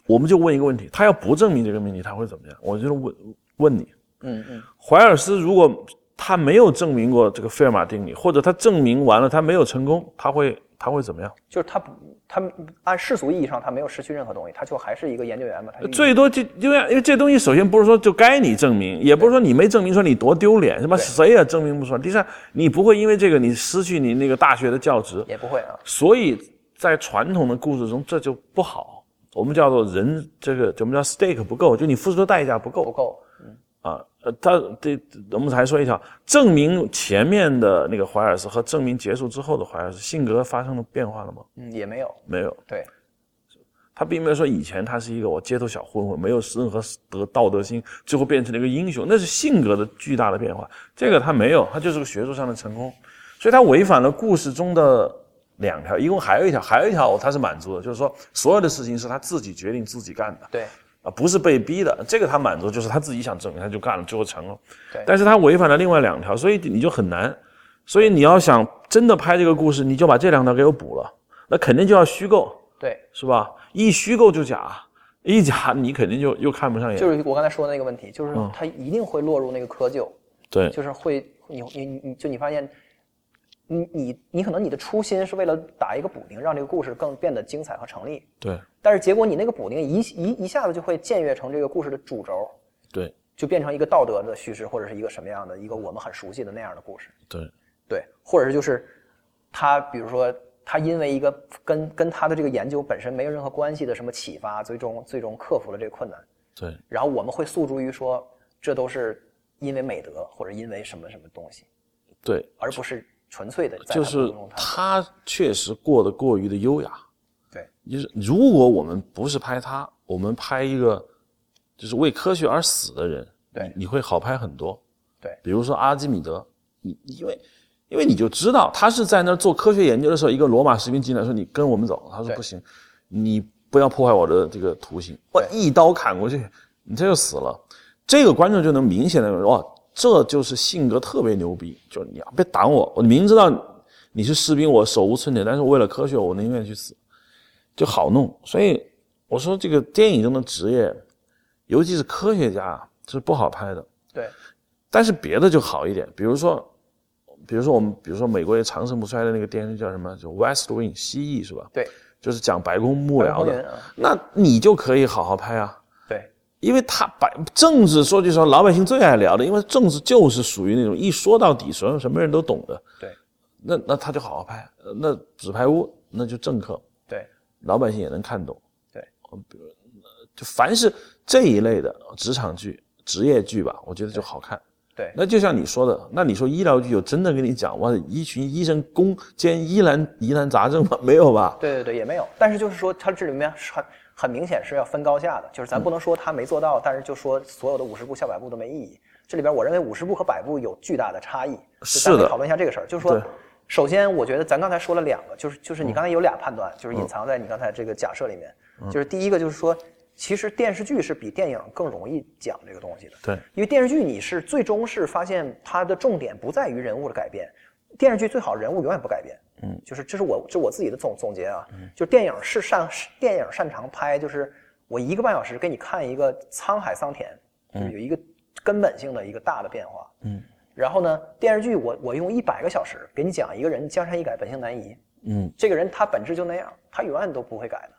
S1: 我们就问一个问题，他要不证明这个命题，他会怎么样？我就问问你，
S2: 嗯嗯，
S1: 怀尔斯如果他没有证明过这个费尔马定理，或者他证明完了他没有成功，他会他会怎么样？
S2: 就是他不他按世俗意义上他没有失去任何东西，他就还是一个研究员嘛，他就
S1: 最多就因为因为这东西首先不是说就该你证明，也不是说你没证明说你多丢脸，是吧？谁也证明不出来。第三，你不会因为这个你失去你那个大学的教职，
S2: 也不会啊。
S1: 所以在传统的故事中这就不好。我们叫做人这个，我们叫 stake 不够，就你付出的代价不够
S2: 不。够，
S1: 啊，呃，他这我们还说一条，证明前面的那个怀尔斯和证明结束之后的怀尔斯性格发生了变化了吗？
S2: 嗯，也没有，
S1: 没有，
S2: 对，
S1: 他并没有说以前他是一个我街头小混混，没有任何德道德心，最后变成了一个英雄，那是性格的巨大的变化。这个他没有，他就是个学术上的成功，所以他违反了故事中的两条，一共还有一条，还有一条他是满足的，就是说所有的事情是他自己决定自己干的。
S2: 对，
S1: 啊，不是被逼的，这个他满足，就是他自己想证明，他就干了，最后成了
S2: 对。
S1: 但是他违反了另外两条，所以你就很难。所以你要想真的拍这个故事，你就把这两条给我补了，那肯定就要虚构，
S2: 对，
S1: 是吧？一虚构就假，一假你肯定就又看不上眼。
S2: 就是我刚才说的那个问题，就是他一定会落入那个窠臼，
S1: 对
S2: 就是会你你你就你发现，你你你可能你的初心是为了打一个补丁，让这个故事更变得精彩和成立，
S1: 对
S2: 但是结果你那个补丁一一一下子就会僭越成这个故事的主轴，
S1: 对
S2: 就变成一个道德的叙事，或者是一个什么样的一个我们很熟悉的那样的故事。
S1: 对
S2: 对，或者是就是他，比如说他因为一个跟跟他的这个研究本身没有任何关系的什么启发，最终最终克服了这个困难。
S1: 对
S2: 然后我们会诉诸于说，这都是因为美德或者因为什么什么东西，
S1: 对，
S2: 而不是纯粹的在
S1: 就是
S2: 他们当中他
S1: 他确实过得过于的优雅。
S2: 对，
S1: 就是如果我们不是拍他，我们拍一个就是为科学而死的人，
S2: 对
S1: 你你会好拍很多。
S2: 对
S1: 比如说阿基米德，你你因为因为你就知道他是在那儿做科学研究的时候，一个罗马士兵进来说你跟我们走，他说
S2: 对
S1: 不行，你不要破坏我的这个图形，我
S2: 对
S1: 一刀砍过去，你这就死了。这个观众就能明显的哇，这就是性格特别牛逼，就是你啊别挡我，我明知道你是士兵，我手无寸铁，但是为了科学，我宁愿去死，就好弄。所以我说这个电影中的职业，尤其是科学家，是不好拍的。
S2: 对
S1: 但是别的就好一点，比如说，比如说我们，比如说美国也长盛不衰的那个电视剧叫什么？就《West Wing》西翼是吧？
S2: 对，
S1: 就是讲白宫幕
S2: 白
S1: 僚
S2: 宫人
S1: 的。
S2: 啊，
S1: 那你就可以好好拍啊，
S2: 对
S1: 因为他白政治说句实话，老百姓最爱聊的，因为政治就是属于那种一说到底，什么什么人都懂的。
S2: 对
S1: 那那他就好好拍，呃那纸牌屋那就政客，
S2: 对
S1: 老百姓也能看懂。
S2: 对
S1: 呃，比如呃就凡是这一类的职场剧、职业剧吧，我觉得就好看。
S2: 对
S1: 那就像你说的，那你说医疗剧有真的跟你讲哇，一群医生攻坚疑难疑难杂症吗？ 没有吧？
S2: 对对对，也没有。但是就是说，他这里面是很很明显是要分高下的，就是咱不能说他没做到，但是就说所有的五十步笑百步都没意义。这里边我认为五十步和百步有巨大的差异。就是咱们
S1: 的
S2: 讨论一下这个事儿，就是说
S1: 对，嗯
S2: 首先我觉得咱刚才说了两个，就是就是你刚才有俩判断，就是隐藏在你刚才这个假设里面，就是第一个就是说，其实电视剧是比电影更容易讲这个东西的。
S1: 对
S2: 因为电视剧你是最终是发现它的重点不在于人物的改变，电视剧最好人物永远不改变。嗯，就是这是我这是我自己的总总结啊，
S1: 嗯
S2: 就是电影是擅是电影擅长拍，就是我一个半小时给你看一个沧海桑田，就是有一个根本性的一个大的变化。
S1: 嗯，
S2: 然后呢，电视剧我我用一百个小时给你讲一个人江山易改本性难移，
S1: 嗯，
S2: 这个人他本质就那样，他永远都不会改的。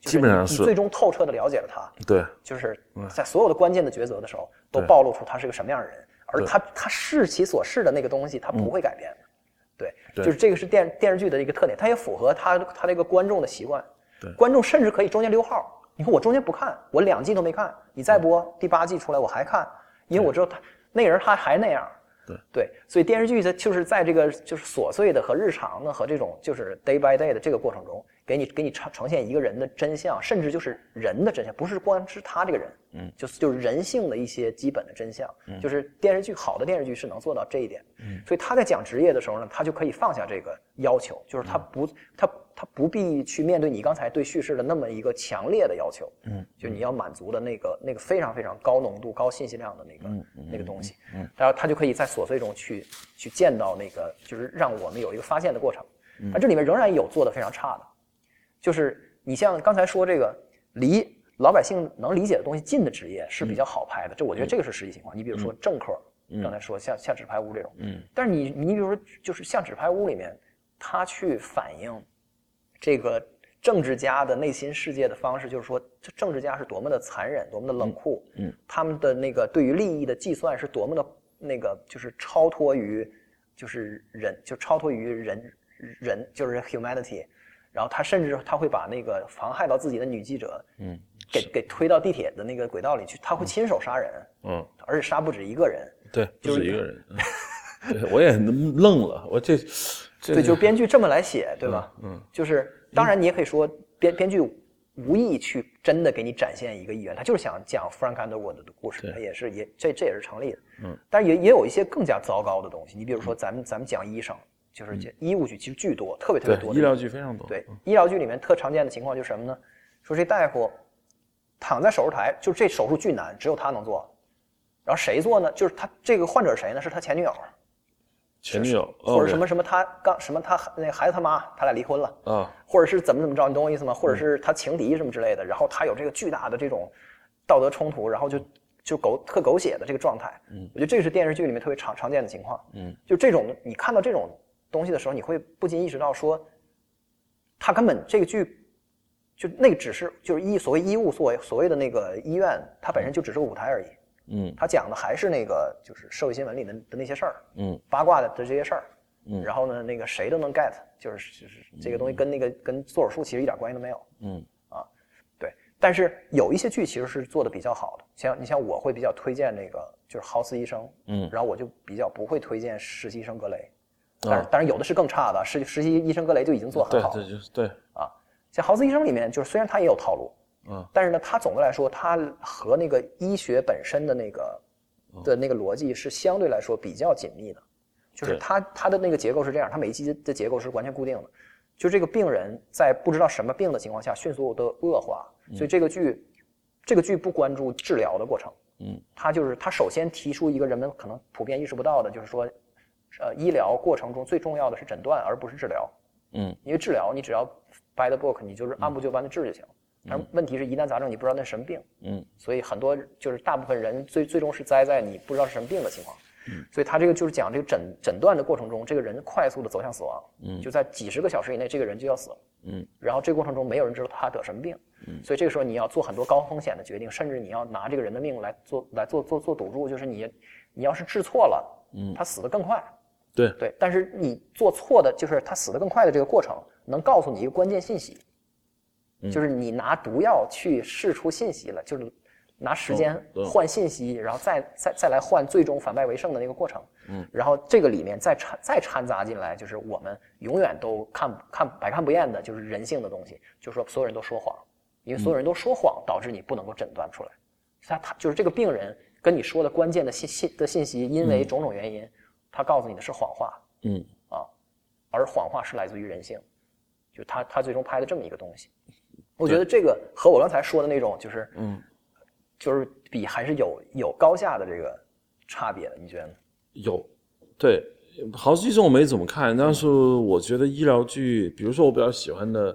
S2: 就是
S1: 基本上
S2: 你
S1: 是
S2: 你最终透彻的了解了他，
S1: 对
S2: 就是
S1: 嗯
S2: 在所有的关键的抉择的时候，都暴露出他是个什么样的人，而他他是其所是的那个东西，他不会改变的。对，
S1: 嗯对
S2: 就是这个是电电视剧的一个特点，它也符合他他这个观众的习惯。
S1: 对
S2: 观众甚至可以中间溜号。你看我中间不看，我两季都没看，你
S1: 嗯
S2: 再播第八季出来我还看，因为我知道他那个人他还那样。
S1: 对
S2: 对，所以电视剧它就是在这个就是琐碎的和日常的和这种就是 day by day 的这个过程中，给你给你呈呈现一个人的真相，甚至就是人的真相，不是光是他这个人，嗯，就是就是人性的一些基本的真相，就是电视剧好的电视剧是能做到这一点，嗯，所以他在讲职业的时候呢，他就可以放下这个要求，就是他不他他不必去面对你刚才对叙事的那么一个强烈的要求，嗯，就你要满足的那个那个非常非常高浓度、高信息量的那个那个东西，嗯，然后他就可以在琐碎中去去见到那个，就是让我们有一个发现的过程。而这里面仍然有做的非常差的，就是你像刚才说这个离老百姓能理解的东西近的职业是比较好拍的，这我觉得这个是实际情况。你比如说政客，刚才说像像纸牌屋这种，
S1: 嗯，
S2: 但是你你比如说就是像纸牌屋里面，他去反映这个政治家的内心世界的方式，就是说这政治家是多么的残忍，多么的冷酷，
S1: 嗯嗯
S2: 他们的那个对于利益的计算是多么的那个就是超脱于就是人就超脱于人人就是 humanity，然后他甚至他会把那个妨害到自己的女记者，嗯，给给推到地铁的那个轨道里去，他会亲手杀人，
S1: 嗯，
S2: 而且杀不止一个人。
S1: 对，不
S2: 就是
S1: 是一个人，嗯对我也愣了，我这这
S2: 对，就是编剧这么来写，对吧？嗯，就是当然你也可以说编编剧无意去真的给你展现一个议员，他就是想讲 Frank Underwood 的故事，
S1: 对
S2: 他也是也这这也是成立的。嗯，但也也有一些更加糟糕的东西，你比如
S1: 嗯
S2: 说咱们咱们讲医生，就是这医务剧其实巨多，特别特别
S1: 对
S2: 多的
S1: 医疗剧非嗯常多，
S2: 对，医疗剧里面特常见的情况就是什么呢？说这大夫躺在手术台，就这手术巨难，只有他能做。然后谁做呢？就是他这个患者是谁呢？是他前女友，
S1: 哦前女友哦
S2: 或者什么什么他刚什么他那孩子他妈，他俩离婚了，
S1: 啊，
S2: 或者是怎么怎么着，你懂我意思
S1: 嗯
S2: 吗？或者是他情敌什么之类的，然后他有这个巨大的这种道德冲突，然后就就狗特狗血的这个状态。嗯，我觉得这是电视剧里面特别常常见的情况。
S1: 嗯，
S2: 就这种你看到这种东西的时候，你会不禁意识到说，他根本这个剧。就那个只是就是医所谓医务所谓所谓的那个医院，它本身就只是个舞台而已。
S1: 嗯
S2: 他讲的还是那个就是社会新闻里的的那些事儿，
S1: 嗯，
S2: 八卦的的这些事儿，
S1: 嗯
S2: 然后呢，那个谁都能 get，就是就是这个东西跟那个跟做手术其实一点关系都没有，
S1: 嗯
S2: 对。但是有一些剧其实是做的比较好的，像你像我会比较推荐那个就是豪斯医生，
S1: 嗯
S2: 然后我就比较不会推荐实习医生格雷，
S1: 啊
S2: 当然当然有的是更差的，实实习医生格雷就已经做
S1: 对
S2: 很好，了
S1: 对，就是对，
S2: 啊。像豪斯医生里面，就是虽然他也有套路，
S1: 嗯，
S2: 但是呢，他总的来说，他和那个医学本身的那个
S1: 嗯
S2: 的那个逻辑是相对来说比较紧密的，就是
S1: 对
S2: 他他的那个结构是这样，他每一期的结构是完全固定的，就这个病人在不知道什么病的情况下迅速的恶化，
S1: 嗯
S2: 所以这个剧这个剧不关注治疗的过程，
S1: 嗯，
S2: 他就是他首先提出一个人们可能普遍意识不到的，就是说，呃，医疗过程中最重要的是诊断而不是治疗，
S1: 嗯
S2: 因为治疗你只要 by the book，你就是按部就班的治就行。但是问题是，疑难杂症你不知道那是什么病，
S1: 嗯
S2: 所以很多就是大部分人最最终是栽在你不知道是什么病的情况。
S1: 嗯
S2: 所以他这个就是讲这个诊诊断的过程中，这个人快速的走向死亡，
S1: 嗯
S2: 就在几十个小时以内，这个人就要死了。
S1: 嗯
S2: 然后这个过程中没有人知道他得什么病，所以这个时候你要做很多高风险的决定，甚至你要拿这个人的命来做来做做做赌注，就是你你要是治错了，
S1: 嗯
S2: 他死得更快。
S1: 对
S2: 对，但是你做错的就是他死得更快的这个过程，能告诉你一个关键信息，
S1: 嗯
S2: 就是你拿毒药去试出信息了，就是拿时间
S1: 懂懂
S2: 换信息，然后再再再来换最终反败为胜的那个过程。嗯，然后这个里面再掺再掺杂进来，就是我们永远都看不看百看不厌的，就是人性的东西，就是说所有人都说谎，因为所有人都说谎，导致你不能够诊断出来。他他就是这个病人跟你说的关键的信信的信息，因为种种原因，他告诉你的是谎话，
S1: 嗯
S2: 而谎话是来自于人性，就他他最终拍的这么一个东西。我觉得这个和我刚才说的那种就是
S1: 嗯，
S2: 就是比还是有有高下的这个差别的，你觉得呢？
S1: 有对。豪斯医生我没怎么看，但是我觉得医疗剧，比如说我比较喜欢的，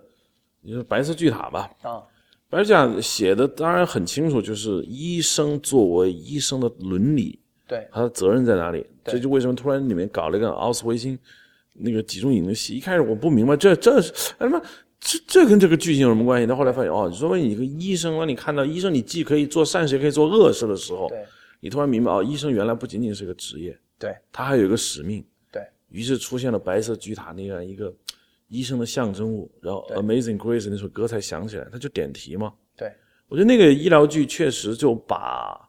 S1: 你说《白色巨塔》吧，
S2: 啊，
S1: 白讲写的当然很清楚，就是医生作为医生的伦理，
S2: 对
S1: 他的责任在哪里？
S2: 对
S1: 这就为什么突然里面搞了一个奥斯维辛那个集中营的戏。一开始我不明白这这是哎他妈这这跟这个剧情有什么关系？但后来发现哦，你说为你一个医生，让你看到医生，你既可以做善事，也可以做恶事的时候，
S2: 对
S1: 你突然明白哦，医生原来不仅仅是个职业，
S2: 对
S1: 他还有一个使命。
S2: 对，
S1: 于是出现了白色巨塔那样一个医生的象征物，然后 Amazing Grace 那首歌才想起来，他就点题嘛。
S2: 对
S1: 我觉得那个医疗剧确实就把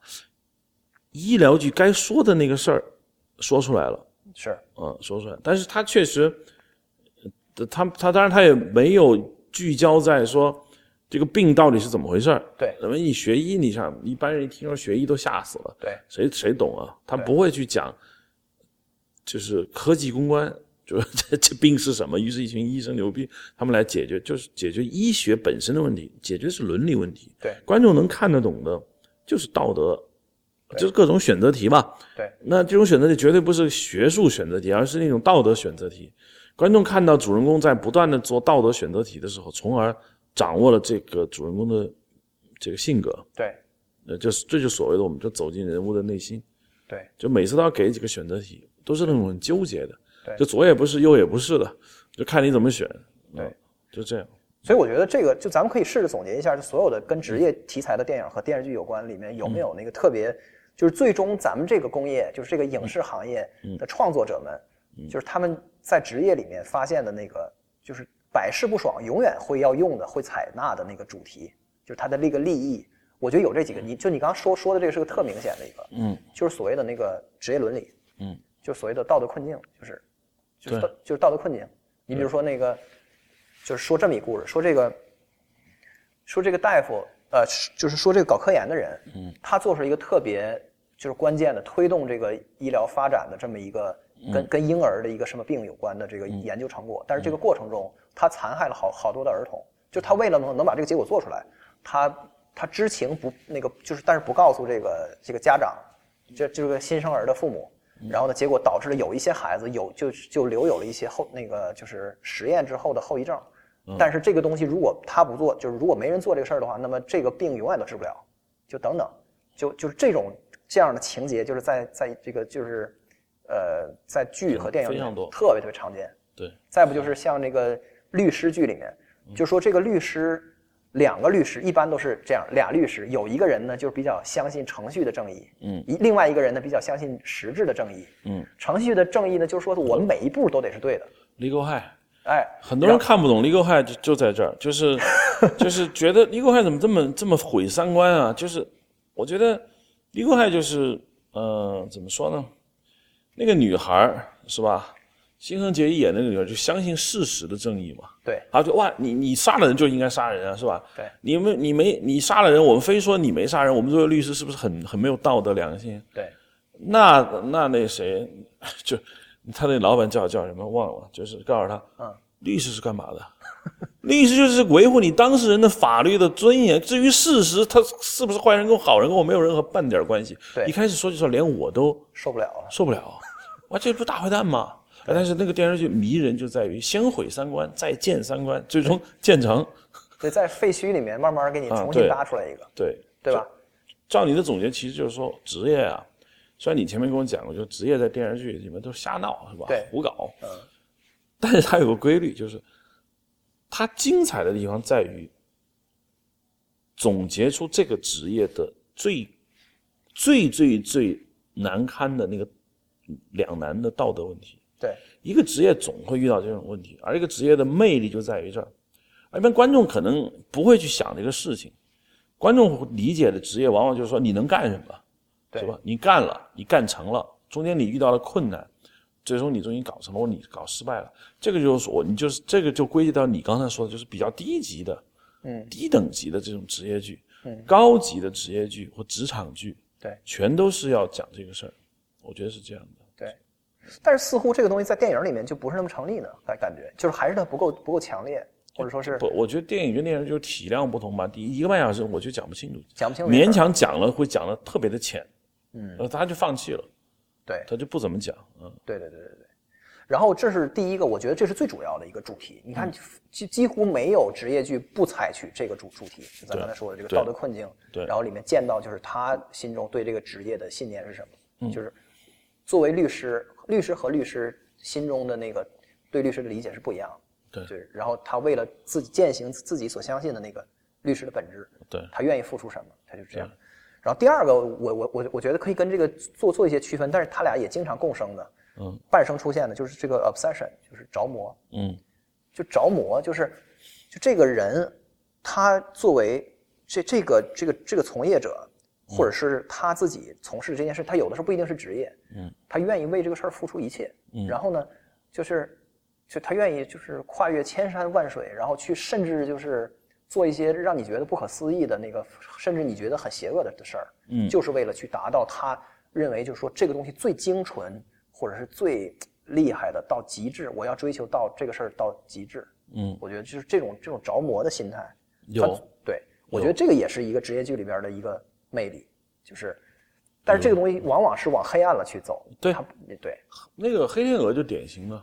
S1: 医疗剧该说的那个事儿说出来了，
S2: 是，
S1: 嗯，说出来。但是他确实，呃他他当然他也没有聚焦在说这个病到底是怎么回事儿。
S2: 对
S1: 因为你学医，你想一般人一听说学医都吓死了，
S2: 对
S1: 谁谁懂啊？他不会去讲，就是科技公关，就是 这这病是什么？于是，一群医生牛逼，他们来解决，就是解决医学本身的问题，解决是伦理问题。
S2: 对
S1: 观众能看得懂的，就是道德，就是各种选择题吧。
S2: 对
S1: 那这种选择题绝对不是学术选择题，而是那种道德选择题。观众看到主人公在不断的做道德选择题的时候，从而掌握了这个主人公的这个性格，
S2: 对
S1: 呃，就是这就所谓的我们就走进人物的内心。
S2: 对
S1: 就每次都要给几个选择题，都是那种很纠结的，
S2: 对
S1: 就左也不是，右也不是的，就看你怎么选，嗯
S2: 对。
S1: 就这样。
S2: 所以我觉得这个就咱们可以试着总结一下，就所有的跟
S1: 嗯
S2: 职业题材的电影和电视剧有关，里面有没有那个特别，就是最终咱们这个工业，就是这个影视
S1: 嗯
S2: 行业的创作者们，就是他们在职业里面发现的那个，就是百试不爽永远会要用的、会采纳的那个主题，就是它的那个利益。我觉得有这几个，你就你刚刚说说的这个是个特明显的一个，
S1: 嗯，
S2: 就是所谓的那个职业伦理，
S1: 嗯，
S2: 就是所谓的道德困境，就是就是
S1: 对
S2: 道就是道德困境。你比如说那个，就是说这么一故事，说这个说这个大夫，呃，就是说这个搞科研的人，嗯，他做出一个特别就是关键的推动这个医疗发展的这么一个跟、跟婴儿的一个什么病有关的这个研究成果，但是这个过程中他残害了好好多的儿童，就他为了能能把这个结果做出来，他他知情不那个就是但是不告诉这个这个家长，这这个新生儿的父母。
S1: 嗯
S2: 然后呢，结果导致了有一些孩子有就就留有了一些后那个就是实验之后的后遗症，
S1: 嗯
S2: 但是这个东西如果他不做，就是如果没人做这个事儿的话，那么这个病永远都治不了。就等等，就就是这种这样的情节，就是在在这个就是呃，在剧和电影里
S1: 非
S2: 面
S1: 常多
S2: 特别特别常见。
S1: 对，
S2: 再不就是像那个律师剧里面，
S1: 嗯
S2: 就说这个律师两个律师一般都是这样，俩律师有一个人呢就是比较相信程序的正义，
S1: 嗯
S2: 一另外一个人呢比较相信实质的正义。
S1: 嗯
S2: 程序的正义呢，就是说我每一步都得是对的，
S1: ，legal high。
S2: 哎，
S1: 很多人
S2: 然后
S1: 看不懂 legal high 就就在这儿，就是 就是觉得 legal high 怎么这么这么毁三观啊？就是我觉得 legal high 就是呃怎么说呢？那个女孩儿是吧？新垣结衣演那个女孩儿就相信事实的正义嘛，
S2: 对
S1: 她就哇你你杀了人就应该杀人啊，是吧？
S2: 对
S1: 你没你没你杀了人，我们非说你没杀人，我们作为律师是不是很很没有道德良心？
S2: 对
S1: 那那那谁， 就他那老板叫叫什么忘了，就是告诉他，
S2: 嗯，
S1: 律师是干嘛的？ 律师就是维护你当事人的法律的尊严。至于事实，他是不是坏人跟好人跟我没有任何半点关系。
S2: 对
S1: 一开始说句实话，连我都
S2: 受不了了，
S1: 受不了，哇，这不大坏蛋吗？哎但是那个电视剧迷人就在于先毁三观，再建三观，最终建成。
S2: 所以在废墟里面慢慢给你重
S1: 啊对
S2: 新搭出来一个，
S1: 对
S2: 对吧？
S1: 照你的总结，其实就是说职业啊，虽然你前面跟我讲过，就职业在电视剧里面都是瞎闹，是吧？
S2: 对
S1: 胡搞。但是它有个规律，就是它精彩的地方在于总结出这个职业的最最最最难堪的那个两难的道德问题。
S2: 对
S1: 一个职业总会遇到这种问题，而一个职业的魅力就在于这儿。而一般观众可能不会去想这个事情，观众理解的职业往往就是说你能干什么，
S2: 对
S1: 是吧？你干了，你干成了，中间你遇到了困难，最终你终于搞成了，或者你搞失败了，这个就是我，你就是这个就归结到你刚才说的，就是比较低级的，
S2: 嗯，
S1: 低等级的这种职业剧，
S2: 嗯，
S1: 高级的职业剧或职场剧，
S2: 对
S1: 全都是要讲这个事儿，我觉得是这样的。
S2: 对，但是似乎这个东西在电影里面就不是那么成立呢，感感觉就是还是它不够不够强烈，或者说是
S1: 不，我觉得电影跟电视就是体量不同吧。第一一个半小时我就讲不清楚，
S2: 讲不清楚这事儿。
S1: 勉强讲了会讲的特别的浅，嗯，呃，他就放弃了，
S2: 对
S1: 他就不怎么讲，嗯，
S2: 对对对对对。然后这是第一个，我觉得这是最主要的一个主题。你看，
S1: 嗯
S2: 几几乎没有职业剧不采取这个主主题，就咱刚才说的这个
S1: 对
S2: 道德困境，
S1: 对
S2: 然后里面见到就是他心中对这个职业的信念是什
S1: 嗯
S2: 么，就是作为律师，律师和律师心中的那个对律师的理解是不一样的。
S1: 对
S2: 就是然后他为了自己践行自己所相信的那个律师的本质，
S1: 对
S2: 他愿意付出什么，他就这样。然后第二个，我我我我觉得可以跟这个做做一些区分，但是他俩也经常共生的，
S1: 嗯，
S2: 伴生出现的就是这个 obsession，就是着魔，
S1: 嗯
S2: 就着魔，就是就这个人，他作为这这个这个这个从业者，或者是他自己从事这件事，他有的时候不一定是职业，
S1: 嗯，
S2: 他愿意为这个事儿付出一切，
S1: 嗯
S2: 然后呢，就是就他愿意就是跨越千山万水，然后去甚至就是做一些让你觉得不可思议的那个，甚至你觉得很邪恶的的事儿，
S1: 嗯
S2: 就是为了去达到他认为就是说这个东西最精纯或者是最厉害的到极致，我要追求到这个事儿到极致。
S1: 嗯，
S2: 我觉得就是这种这种着魔的心态，
S1: 有
S2: 它对我觉得这个也是一个职业剧里边的一个魅力，就是，但是这个东西往往是往黑暗了去走，
S1: 对
S2: 它对
S1: 那个黑天鹅就典型的，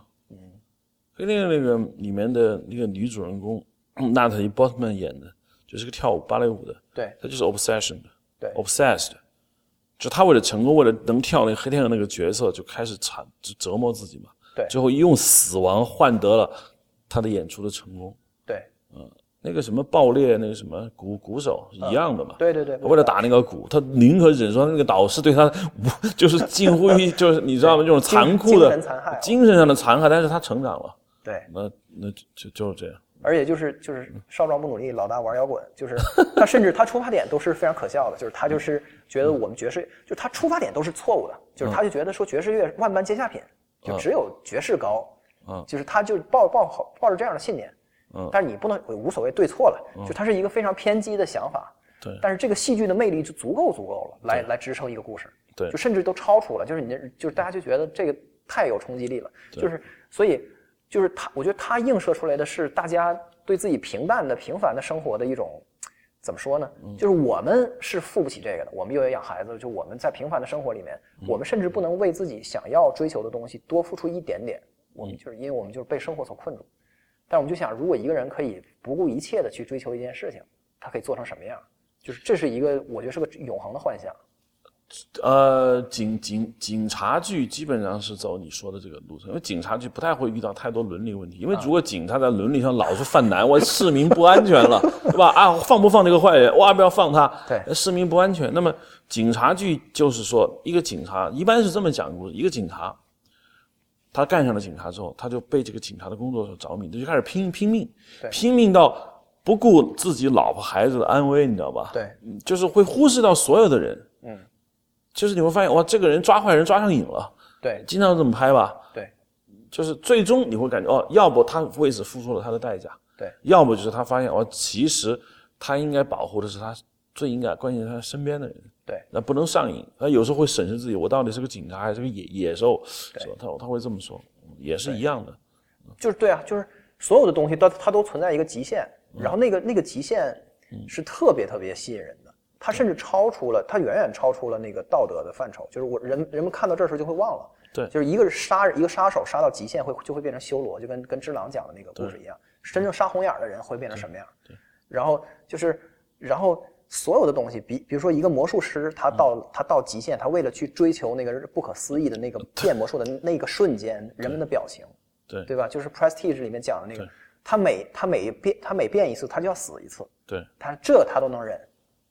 S1: 黑天鹅那个里面的那个女主人公 Natalie Portman 演的，就是个跳舞芭蕾舞的，
S2: 对
S1: 她就是 obsession 的，
S2: 对
S1: ，obsessed，就她为了成功，为了能跳那个黑天鹅那个角色，就开始惨就折磨自己嘛，
S2: 对
S1: 最后用死亡换得了她的演出的成功。
S2: 对
S1: 那个什么爆裂，那个什么鼓鼓手是一样的嘛？
S2: 嗯对对对，
S1: 他为了打那个鼓，他宁可忍受那个导师对他无，就是近乎于就是你知道吗？这种残酷的
S2: 精神残害
S1: 精神上的残害，但是他成长了，
S2: 对对，
S1: 那那就就是这样。
S2: 而且就是就是少壮不努力，老大玩摇滚。就是他甚至他出发点都是非常可笑的，就是他
S1: 嗯
S2: 就是觉得我们爵士，就他出发点都是错误的，就
S1: 嗯
S2: 是他就觉得说爵士乐万般皆下品，就只有爵士高。
S1: 嗯
S2: 就是他就抱抱好抱着这样的信念。
S1: 嗯
S2: 但是你不能无所谓对错了，就他是一个非常偏激的想法。
S1: 对
S2: 但是这个戏剧的魅力就足够足够了，来来支撑一个故事。
S1: 对
S2: 就甚至都超出了，就是你的，就是大家就觉得这个太有冲击力了，就是所以就是他，我觉得他映射出来的是大家对自己平淡的、平凡的生活的一种怎么说呢？就是我们是付不起这个的，我们又要养孩子，就我们在平凡的生活里面，我们甚至不能为自己想要追求的东西多付出一点点，我们就是因为我们就是被生活所困住。但我们就想，如果一个人可以不顾一切的去追求一件事情，他可以做成什么样？就是这是一个，我觉得是个永恒的幻想。
S1: 呃，警警警察剧基本上是走你说的这个路程，因为警察剧不太会遇到太多伦理问题，因为如果警察在伦理上老是犯难，我市民不安全了，对吧？啊，放不放这个坏人？哇，不要放他，
S2: 对
S1: 市民不安全。那么警察剧就是说，一个警察一般是这么讲故事，一个警察他干上了警察之后，他就被这个警察的工作所着迷，他就开始拼拼命，拼命到不顾自己老婆孩子的安危，你知道吧？
S2: 对，
S1: 嗯就是会忽视到所有的人。嗯，就是你会发现，哇，这个人抓坏人抓上瘾了，
S2: 对
S1: 经常这么拍吧？
S2: 对，
S1: 就是最终你会感觉，哦，要不他为此付出了他的代价，
S2: 对，
S1: 要不就是他发现，哦，其实他应该保护的是他最应该关心他身边的人。
S2: 对，
S1: 那不能上瘾，他有时候会审视自己，我到底是个警察还是个野野兽？是吧？他他会这么说，也是一样的。
S2: 就是对啊，就是所有的东西都它都存在一个极限，
S1: 嗯
S2: 然后那个那个极限是特别特别吸引人的，它甚至超出了，它远远超出了那个道德的范畴。就是我人人们看到这儿时候就会忘了，
S1: 对
S2: 就是一个杀人一个杀手杀到极限会就会变成修罗，就跟跟只狼讲的那个故事一样，真正杀红眼儿的人会变成什么样？然后就是，然后所有的东西，比比如说一个魔术师，他到、
S1: 嗯
S2: 他到极限，他为了去追求那个不可思议的那个变魔术的那个瞬间，人们的表情，
S1: 对
S2: 对吧？就是《Prestige》里面讲的那个
S1: 对，
S2: 他每他每变他每变一次，他就要死一次，
S1: 对，
S2: 他这他都能忍，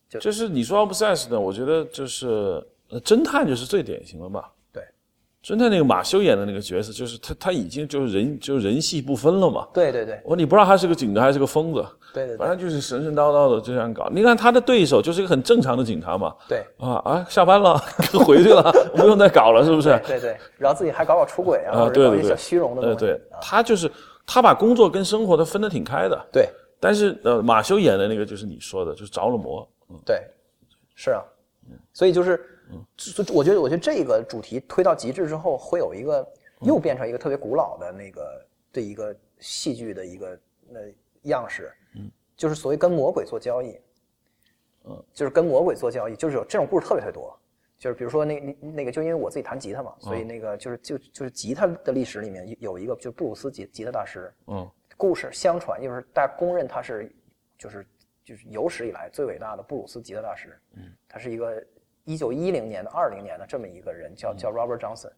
S1: 就是你说 obsess 呢，我觉得就是呃侦探就是最典型的吧。
S2: 对，
S1: 侦探那个马修演的那个角色，就是他他已经就是人就是人戏不分了嘛。
S2: 对对对
S1: 我你不知道他是个警察还是个疯子，
S2: 对对对
S1: 反正就是神神叨叨的就这样搞。你看他的对手就是一个很正常的警察嘛。
S2: 对
S1: 啊啊，下班了， 回去了，不用再搞了，是不是？
S2: 对对，然后自己还搞搞出轨啊，
S1: 啊，
S2: 或者
S1: 对
S2: 搞
S1: 对
S2: 一些
S1: 对，
S2: 小虚荣的
S1: 对
S2: 东西，
S1: 对，他就是他把工作跟生活的分得挺开的。
S2: 对
S1: 但是呃，马修演的那个就是你说的，就是着了魔。
S2: 对，是啊，所以就是，所以我觉得，我觉得这个主题推到极致之后，会有一个又变成一个特别古老的那个对一个戏剧的一个呃样式，就是所谓跟魔鬼做交易，嗯，就是跟魔鬼做交易，就是有这种故事特别特别多。就是比如说那那那个，就因为我自己弹吉他嘛，所以那个就是就就是吉他的历史里面有有一个就是布鲁斯吉吉他大师，
S1: 嗯
S2: 故事相传，就是大家公认他是，就是就是有史以来最伟大的布鲁斯吉他大师。嗯，他是一个一九一零年的、二零年的这么一个人，叫叫 Robert Johnson。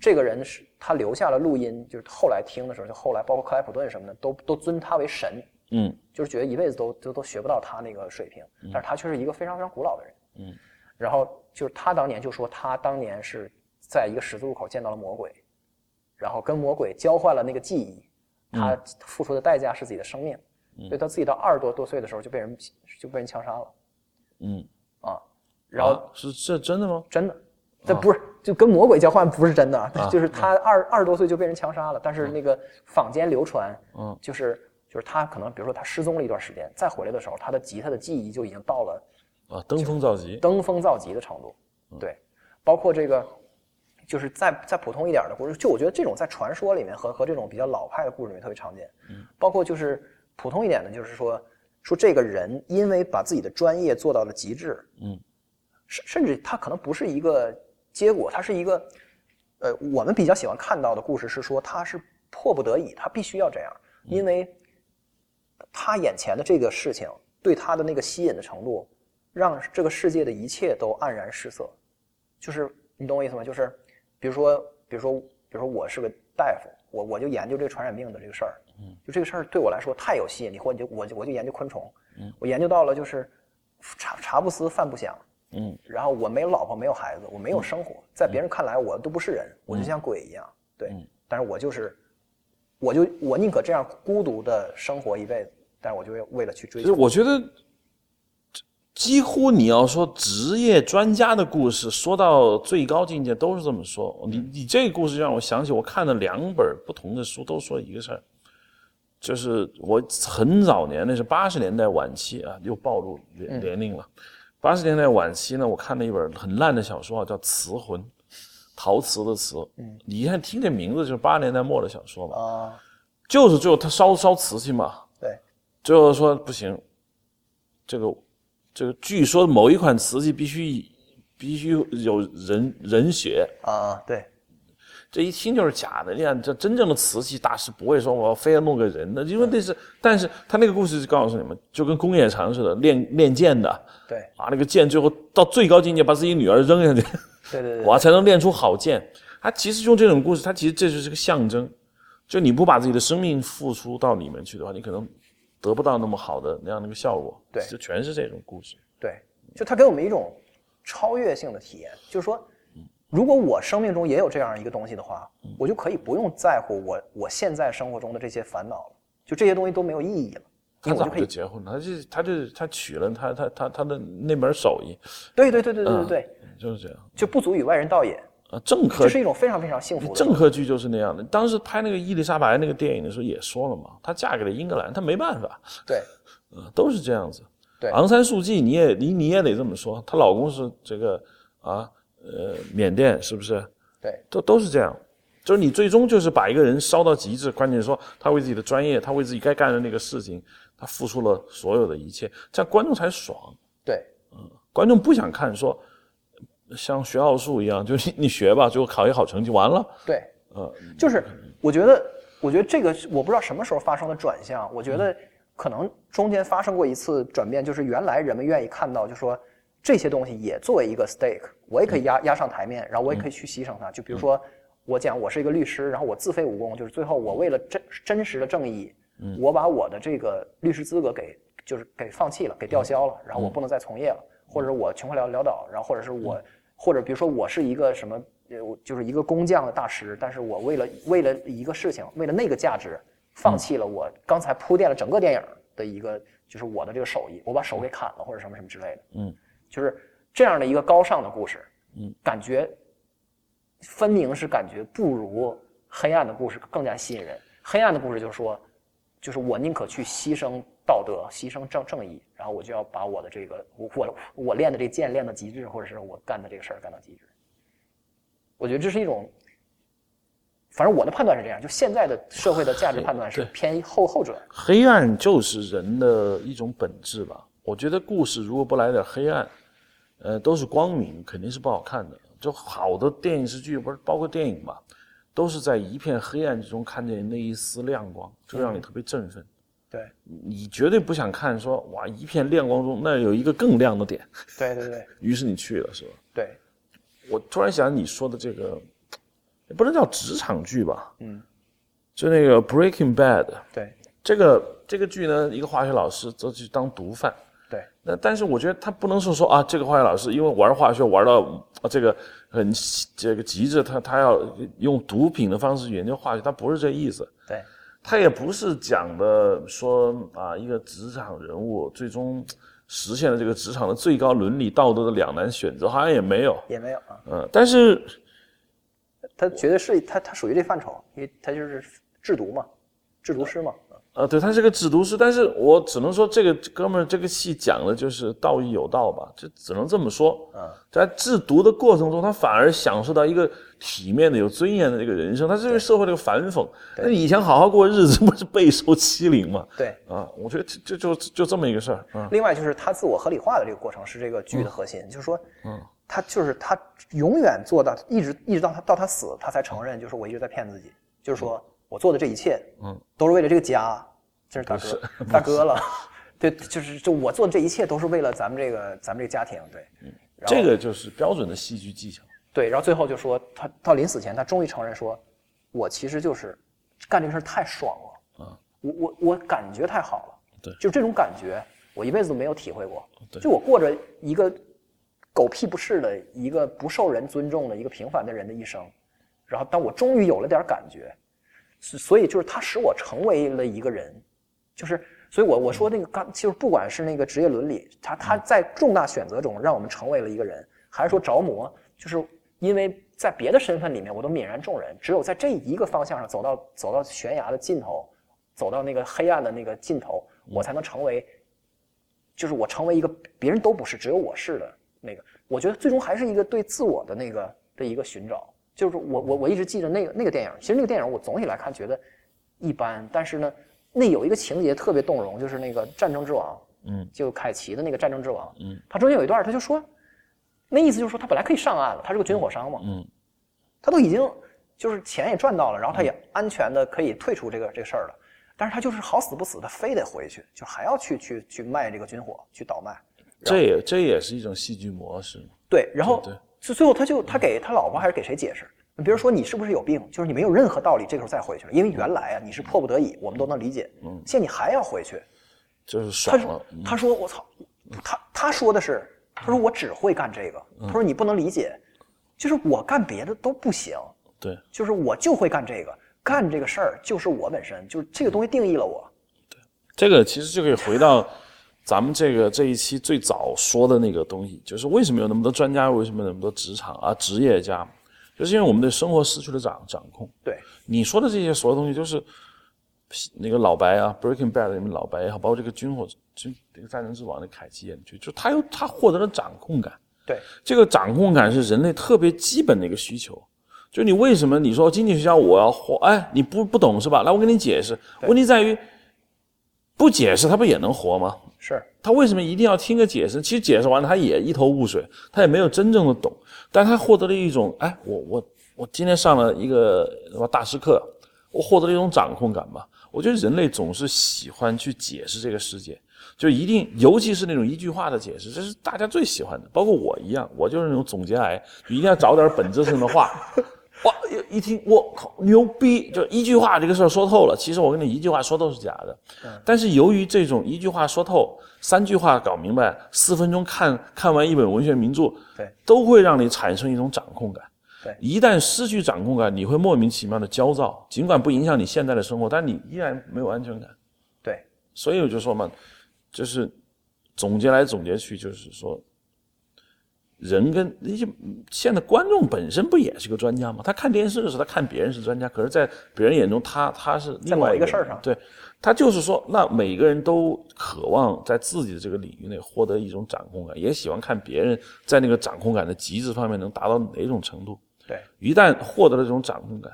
S2: 这个人是他留下了录音，就是后来听的时候，就后来包括克莱普顿什么的，都都尊他为神，
S1: 嗯。
S2: 就是觉得一辈子都都都学不到他那个水平。但是他却是一个非常非常古老的人。嗯，然后就是他当年就说，他当年是在一个十字路口见到了魔鬼，然后跟魔鬼交换了那个记忆，他付出的代价是自己的生命，所以他自己到二十多多岁的时候就被人就被人枪杀了
S1: 嗯，
S2: 啊，然后、
S1: 啊是这真的吗？
S2: 真的，这不是就跟魔鬼交换不是真的，啊就是他二二十多岁就被人枪杀了，但是那个坊间流传，
S1: 嗯，
S2: 就是就是他可能比如说他失踪了一段时间，再回来的时候，他的吉他的记忆就已经到了。
S1: 啊，登峰造极。
S2: 登峰造极的程度。对，包括这个，就是再再普通一点的故事，就我觉得这种在传说里面和和这种比较老派的故事里面特别常见。包括就是普通一点的，就是说说这个人因为把自己的专业做到了极致，
S1: 嗯，
S2: 甚甚至他可能不是一个结果，他是一个，呃，我们比较喜欢看到的故事是说他是迫不得已，他必须要这样，因为他眼前的这个事情对他的那个吸引的程度，让这个世界的一切都黯然失色。就是你懂我意思吗？就是比如说，比如说，比如说我是个大夫，我我就研究这个传染病的这个事儿，
S1: 嗯
S2: 就这个事儿对我来说太有吸引力，或者你就我就我就研究昆虫，我研究到了就是茶茶不思饭不想，
S1: 嗯，
S2: 然后我没有老婆，没有孩子，我没有
S1: 嗯
S2: 生活，在别人看来我都不是人，我就像鬼一样，对，但是我就是我就我宁可这样孤独的生活一辈子，但是我就为为了去追
S1: 其实
S2: 求。
S1: 我觉得，几乎你要说职业专家的故事，说到最高境界都是这么说。你你这个故事让我想起我看了两本不同的书，都说一个事儿，就是我很早年那是八十年代晚期啊，又暴露年年龄了。八十年代晚期呢，我看了一本很烂的小说啊，叫《词魂》，陶瓷的瓷。你一看听这名字就是八十年代末的小说嘛，
S2: 啊，
S1: 就是最后他烧烧瓷器嘛，
S2: 对，
S1: 最后说不行，这个这个据说某一款瓷器必须必须有人人血，
S2: 啊，对，
S1: 这一听就是假的。你看这真正的瓷器大师不会说我非要弄个人的，因为那是，但是他那个故事是告诉你们，就跟工业长似的，练练剑的，
S2: 对，
S1: 啊，那个剑最后到最高境界把自己女儿扔下去，
S2: 对对对，
S1: 哇，才能练出好剑。他其实用这种故事，他其实这就是个象征，就你不把自己的生命付出到里面去的话，你可能得不到那么好的那样的一个效果。
S2: 对
S1: 就全是这种故事。
S2: 对，就它给我们一种超越性的体验，就是说，如果我生命中也有这样一个东西的话，我就可以不用在乎我我现在生活中的这些烦恼了，就这些东西都没有意义了，
S1: 他
S2: 因为
S1: 早
S2: 我就可
S1: 就
S2: 以，
S1: 结婚了，他就他就他娶了他他他他的那门手艺，
S2: 对对对对对对对，
S1: 就是这样
S2: 就不足以外人道也，
S1: 啊。政
S2: 这
S1: 客
S2: 是一种非常非常幸福的
S1: 政客剧就是那样的。当时拍那个伊丽莎白那个电影的时候也说了嘛，她嫁给了英格兰，她没办法，
S2: 对
S1: 啊都是这样子。
S2: 对
S1: 昂山素季你也你你也得这么说，她老公是这个啊呃缅甸是不是？
S2: 对
S1: 都都是这样，就是你最终就是把一个人烧到极致，关键说他为自己的专业，他为自己该干的那个事情，他付出了所有的一切，这样观众才爽。
S2: 对
S1: 观众不想看说像学奥数一样，就是你你学吧，最后考一好成绩完了，
S2: 对，
S1: 呃，
S2: 就是我觉得，我觉得这个是我不知道什么时候发生的转向。我觉得可能中间发生过一次转变，就是原来人们愿意看到，就说这些东西也作为一个 stake，我也可以压压上台面，然后我也可以去牺牲它。就比如说，我讲我是一个律师，然后我自废武功，就是最后我为了真真实的正义，我把我的这个律师资格给就是给放弃了，给吊销了，然后我不能再从业了，或
S1: 嗯
S2: 者我穷困潦潦倒，然后或者是我，或者比如说我是一个什么，呃，我就是一个工匠的大师，但是我为了为了一个事情，为了那个价值，
S1: 嗯
S2: 放弃了我刚才铺垫了整个电影的一个就是我的这个手艺，我把手给砍了或者什么什么之类的，
S1: 嗯，
S2: 就是这样的一个高尚的故事，
S1: 嗯，
S2: 感觉分明是感觉不如黑暗的故事更加吸引人。黑暗的故事就是说，就是我宁可去牺牲道德、牺牲正正义，然后我就要把我的这个我我我练的这剑练到极致，或者是我干的这个事儿干到极致。我觉得这是一种，反正我的判断是这样，就现在的社会的价值判断是偏后后者。
S1: 黑暗就是人的一种本质吧。我觉得故事如果不来点黑暗，呃，都是光明，肯定是不好看的。就好的电视剧，不是包括电影吧，都是在一片黑暗之中看见那一丝亮光，就让你特别振奋。
S2: 对
S1: 你绝对不想看说哇，一片亮光中那有一个更亮的点，
S2: 对对对
S1: 于是你去了，是吧？
S2: 对
S1: 我突然想你说的这个，也不能叫职场剧吧？
S2: 嗯，
S1: 就那个《Breaking Bad》
S2: 对
S1: 这个这个剧呢，一个化学老师就去当毒贩。
S2: 对
S1: 那但是我觉得他不能说说啊，这个化学老师因为玩化学玩到啊这个很这个极致，他他要用毒品的方式研究化学，他不是这意思。
S2: 对
S1: 他也不是讲的说啊，一个职场人物最终实现了这个职场的最高伦理道德的两难选择，好像也没有。
S2: 也没有啊，
S1: 嗯，但是
S2: 他绝对是他他属于这范畴，因为他就是制毒嘛，制毒师嘛。
S1: 呃，对，他是个制毒师，但是我只能说这个哥们儿这个戏讲的就是道义有道吧，就只能这么说。
S2: 嗯，
S1: 在制毒的过程中，他反而享受到一个体面的、有尊严的这个人生，他是对社会的一个反讽。那你以前好好过日子，不是备受欺凌吗？
S2: 对。
S1: 啊，我觉得这这就就就这么一个事儿啊。
S2: 另外就是他自我合理化的这个过程是这个剧的核心，就是说，嗯嗯，他就是他永远做到一直一直到他到他死，他才承认，就是我一直在骗自己，就是说我做的这一切，嗯，都是为了这个家，这是大哥大哥了，对，就是就我做的这一切都是为了咱们这个咱们这个家庭，对，然后
S1: 这个就是标准的戏剧技巧。
S2: 对，然后最后就说他到临死前，他终于承认说，我其实就是干这个事儿太爽了，啊，我我我感觉太好了，
S1: 嗯对
S2: 就这种感觉，我一辈子都没有体会过，
S1: 对
S2: 就我过着一个狗屁不是的一个不受人尊重的一个平凡的人的一生，然后当我终于有了点感觉，所所以就是它使我成为了一个人，就是所以我我说那个刚就是不管是那个职业伦理，它它在重大选择中让我们成为了一个人，还是说着魔，就是因为在别的身份里面我都泯然众人，只有在这一个方向上走到走到悬崖的尽头，走到那个黑暗的那个尽头，我才能成为，就是我成为一个别人都不是，只有我是的那个。我觉得最终还是一个对自我的那个的一个寻找。就是我我我一直记着那个那个电影，其实那个电影我总体来看觉得一般，但是呢，那有一个情节特别动容，就是那个《战争之王》，
S1: 嗯，
S2: 就凯奇的那个《战争之王》，
S1: 嗯，
S2: 他中间有一段他就说，那意思就是说他本来可以上岸了，他是个军火商嘛，
S1: 嗯，
S2: 他都已经就是钱也赚到了，然后他也安全的可以退出这个这个事儿了，但是他就是好死不死，他非得回去，就还要去去去卖这个军火，去倒卖。
S1: 这也这也是一种戏剧模式嘛。
S2: 对，然后
S1: 对
S2: 最最后他就他给他老婆还是给谁解释？别人说你是不是有病？就是你没有任何道理，这个时候再回去了，因为原来啊你是迫不得已，我们都能理解。嗯，现在你还要回去，
S1: 就是
S2: 他
S1: 爽了
S2: 说，他说我操，他他说的是，他说我只会干这个，他说你不能理解，就是我干别的都不行，
S1: 对
S2: 就是我就会干这个，干这个事儿就是我本身，就是这个东西定义了我。
S1: 这个其实就可以回到咱们这个这一期最早说的那个东西，就是为什么有那么多专家，为什么有那么多职场啊职业家，就是因为我们对生活失去了掌掌控。
S2: 对，
S1: 你说的这些所有东西，就是那个老白啊，《Breaking Bad》里面老白也好，包括这个军火军这个战争之王的凯奇演的剧，就他有他获得了掌控感。
S2: 对，
S1: 这个掌控感是人类特别基本的一个需求。就你为什么你说经济学家我要活？哎，你不不懂是吧？来，我给你解释。问题在于，不解释他不也能活吗？
S2: 是
S1: 他为什么一定要听个解释？其实解释完了，他也一头雾水，他也没有真正的懂，但他获得了一种，哎，我我我今天上了一个什么大师课，我获得了一种掌控感吧。我觉得人类总是喜欢去解释这个世界，就一定，尤其是那种一句话的解释，这是大家最喜欢的，包括我一样，我就是那种总结癌，你一定要找点本质上的话。 哇，一一听我靠牛逼，就一句话这个事儿说透了。其实我跟你一句话说透是假的，
S2: 嗯
S1: 但是由于这种一句话说透、三句话搞明白、四分钟看看完一本文学名著，
S2: 对，
S1: 都会让你产生一种掌控感。
S2: 对
S1: 一旦失去掌控感，你会莫名其妙的焦躁，尽管不影响你现在的生活，但你依然没有安全感。
S2: 对，
S1: 所以我就说嘛，就是总结来总结去，就是说，人跟你就现在观众本身不也是个专家吗？他看电视的时候，他看别人是专家，可是，在别人眼中他，他是另外
S2: 某一个
S1: 人
S2: 事儿上
S1: 对，他就是说，那每个人都渴望在自己的这个领域内获得一种掌控感，也喜欢看别人在那个掌控感的极致方面能达到哪种程度。
S2: 对，
S1: 一旦获得了这种掌控感，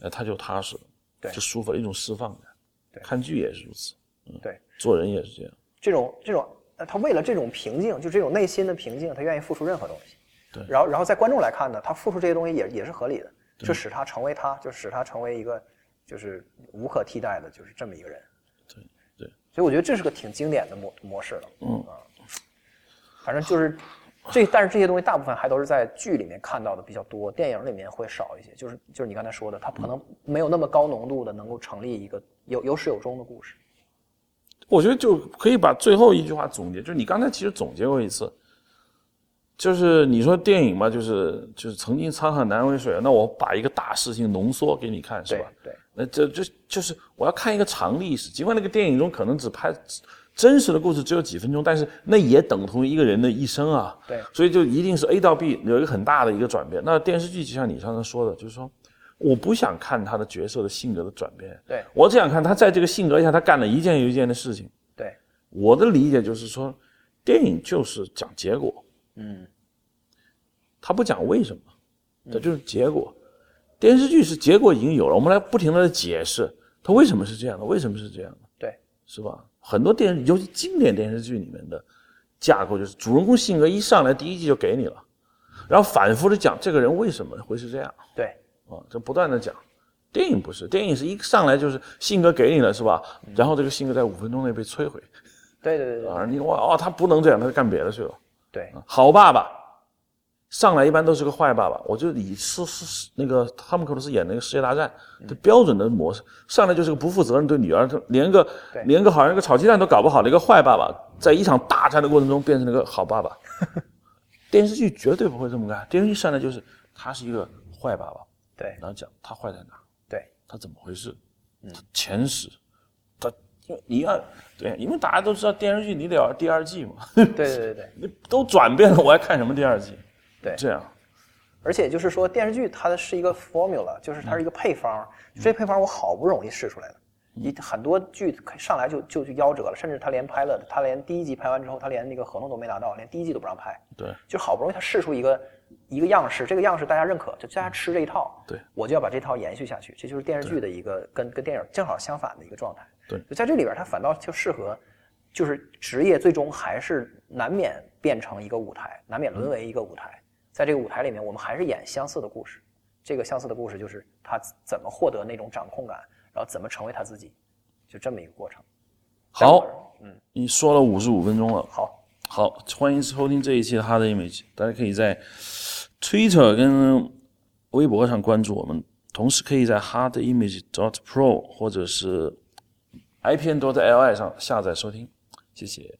S1: 呃，他就踏实了，
S2: 对
S1: 就舒服了，一种释放感。
S2: 对
S1: 看剧也是如此，
S2: 对，
S1: 做人也是这样。
S2: 这种这种，呃他为了这种平静，就这种内心的平静，他愿意付出任何东西。
S1: 对
S2: 然后然后在观众来看呢，他付出这些东西也也是合理的，这使他成为他，就使他成为一个就是无可替代的，就是这么一个人。
S1: 对对。
S2: 所以我觉得这是个挺经典的模模式了。
S1: 嗯
S2: 啊，反正就是这，但是这些东西大部分还都是在剧里面看到的比较多，电影里面会少一些。就是就是你刚才说的，
S1: 嗯
S2: 它可能没有那么高浓度的能够成立一个有有始有终的故事。
S1: 我觉得就可以把最后一句话总结，就是你刚才其实总结过一次，就是你说电影嘛，就是就是曾经沧海难为水，啊那我把一个大事情浓缩给你看，是
S2: 对
S1: 吧？
S2: 对
S1: 那这就就是我要看一个长历史，尽管那个电影中可能只拍真实的故事只有几分钟，但是那也等同于一个人的一生啊。
S2: 对
S1: 所以就一定是 A 到 B 有一个很大的一个转变。那电视剧就像你刚才说的，就是说我不想看他的角色的性格的转变，
S2: 对
S1: 我只想看他在这个性格下他干了一件又一件的事情。
S2: 对，
S1: 我的理解就是说，电影就是讲结果，
S2: 嗯，
S1: 它不讲为什么，它就是结果。电视剧是结果已经有了，我们来不停的解释它为什么是这样的，为什么是这样的，
S2: 对。
S1: 是吧？很多电视，尤其经典电视剧里面的架构就是主人公性格一上来第一季就给你了，然后反复的讲这个人为什么会是这样
S2: 对
S1: 啊，这不断的讲。电影不是，电影是一上来就是性格给你了，是吧？然后这个性格在五分钟内被摧毁，
S2: 对对对对
S1: 啊，你哇哦，他不能这样，他就干别的去了。
S2: 对
S1: 好爸爸上来一般都是个坏爸爸，我就以是是是那个汤姆克鲁斯演那个《世界大战》的标准的模式，上来就是个不负责任对女儿，连个
S2: 对
S1: 连个好像一个炒鸡蛋都搞不好的一个坏爸爸，在一场大战的过程中变成了个好爸爸。电视剧绝对不会这么干，电视剧上来就是他是一个坏爸爸，
S2: 对
S1: 然后讲他坏在哪，
S2: 对，
S1: 它怎么回事？它前史，它嗯因为你看，对，因为大家都知道电视剧你得要第二 季嘛，
S2: 对对对对
S1: 你都转变了，我还看什么第二季？
S2: 对
S1: 这样，
S2: 而且就是说，电视剧它是一个 formula，就是它是一个配方，这配方我好不容易试出来的。你很多剧上来就就就夭折了，甚至他连拍了，他连第一集拍完之后，他连那个合同都没拿到，连第一季都不让拍。
S1: 对
S2: 就好不容易他试出一个一个样式，这个样式大家认可，就大家吃这一套。
S1: 对，
S2: 我就要把这套延续下去，这就是电视剧的一个跟跟电影正好相反的一个状态。
S1: 对
S2: 就在这里边，它反倒就适合，就是职业最终还是难免变成一个舞台，
S1: 嗯
S2: 难免沦为一个舞台。在这个舞台里面，我们还是演相似的故事。这个相似的故事就是他怎么获得那种掌控感，然后怎么成为他自己，就这么一个过程。
S1: 好，
S2: 嗯，
S1: 你说了五十五分钟了。
S2: 好，
S1: 好，欢迎收听这一期的《哈的 Image》，大家可以在 Twitter 跟微博上关注我们，同时可以在 Hard Image dot Pro 或者是 IPN dot LI 上下载收听，谢谢。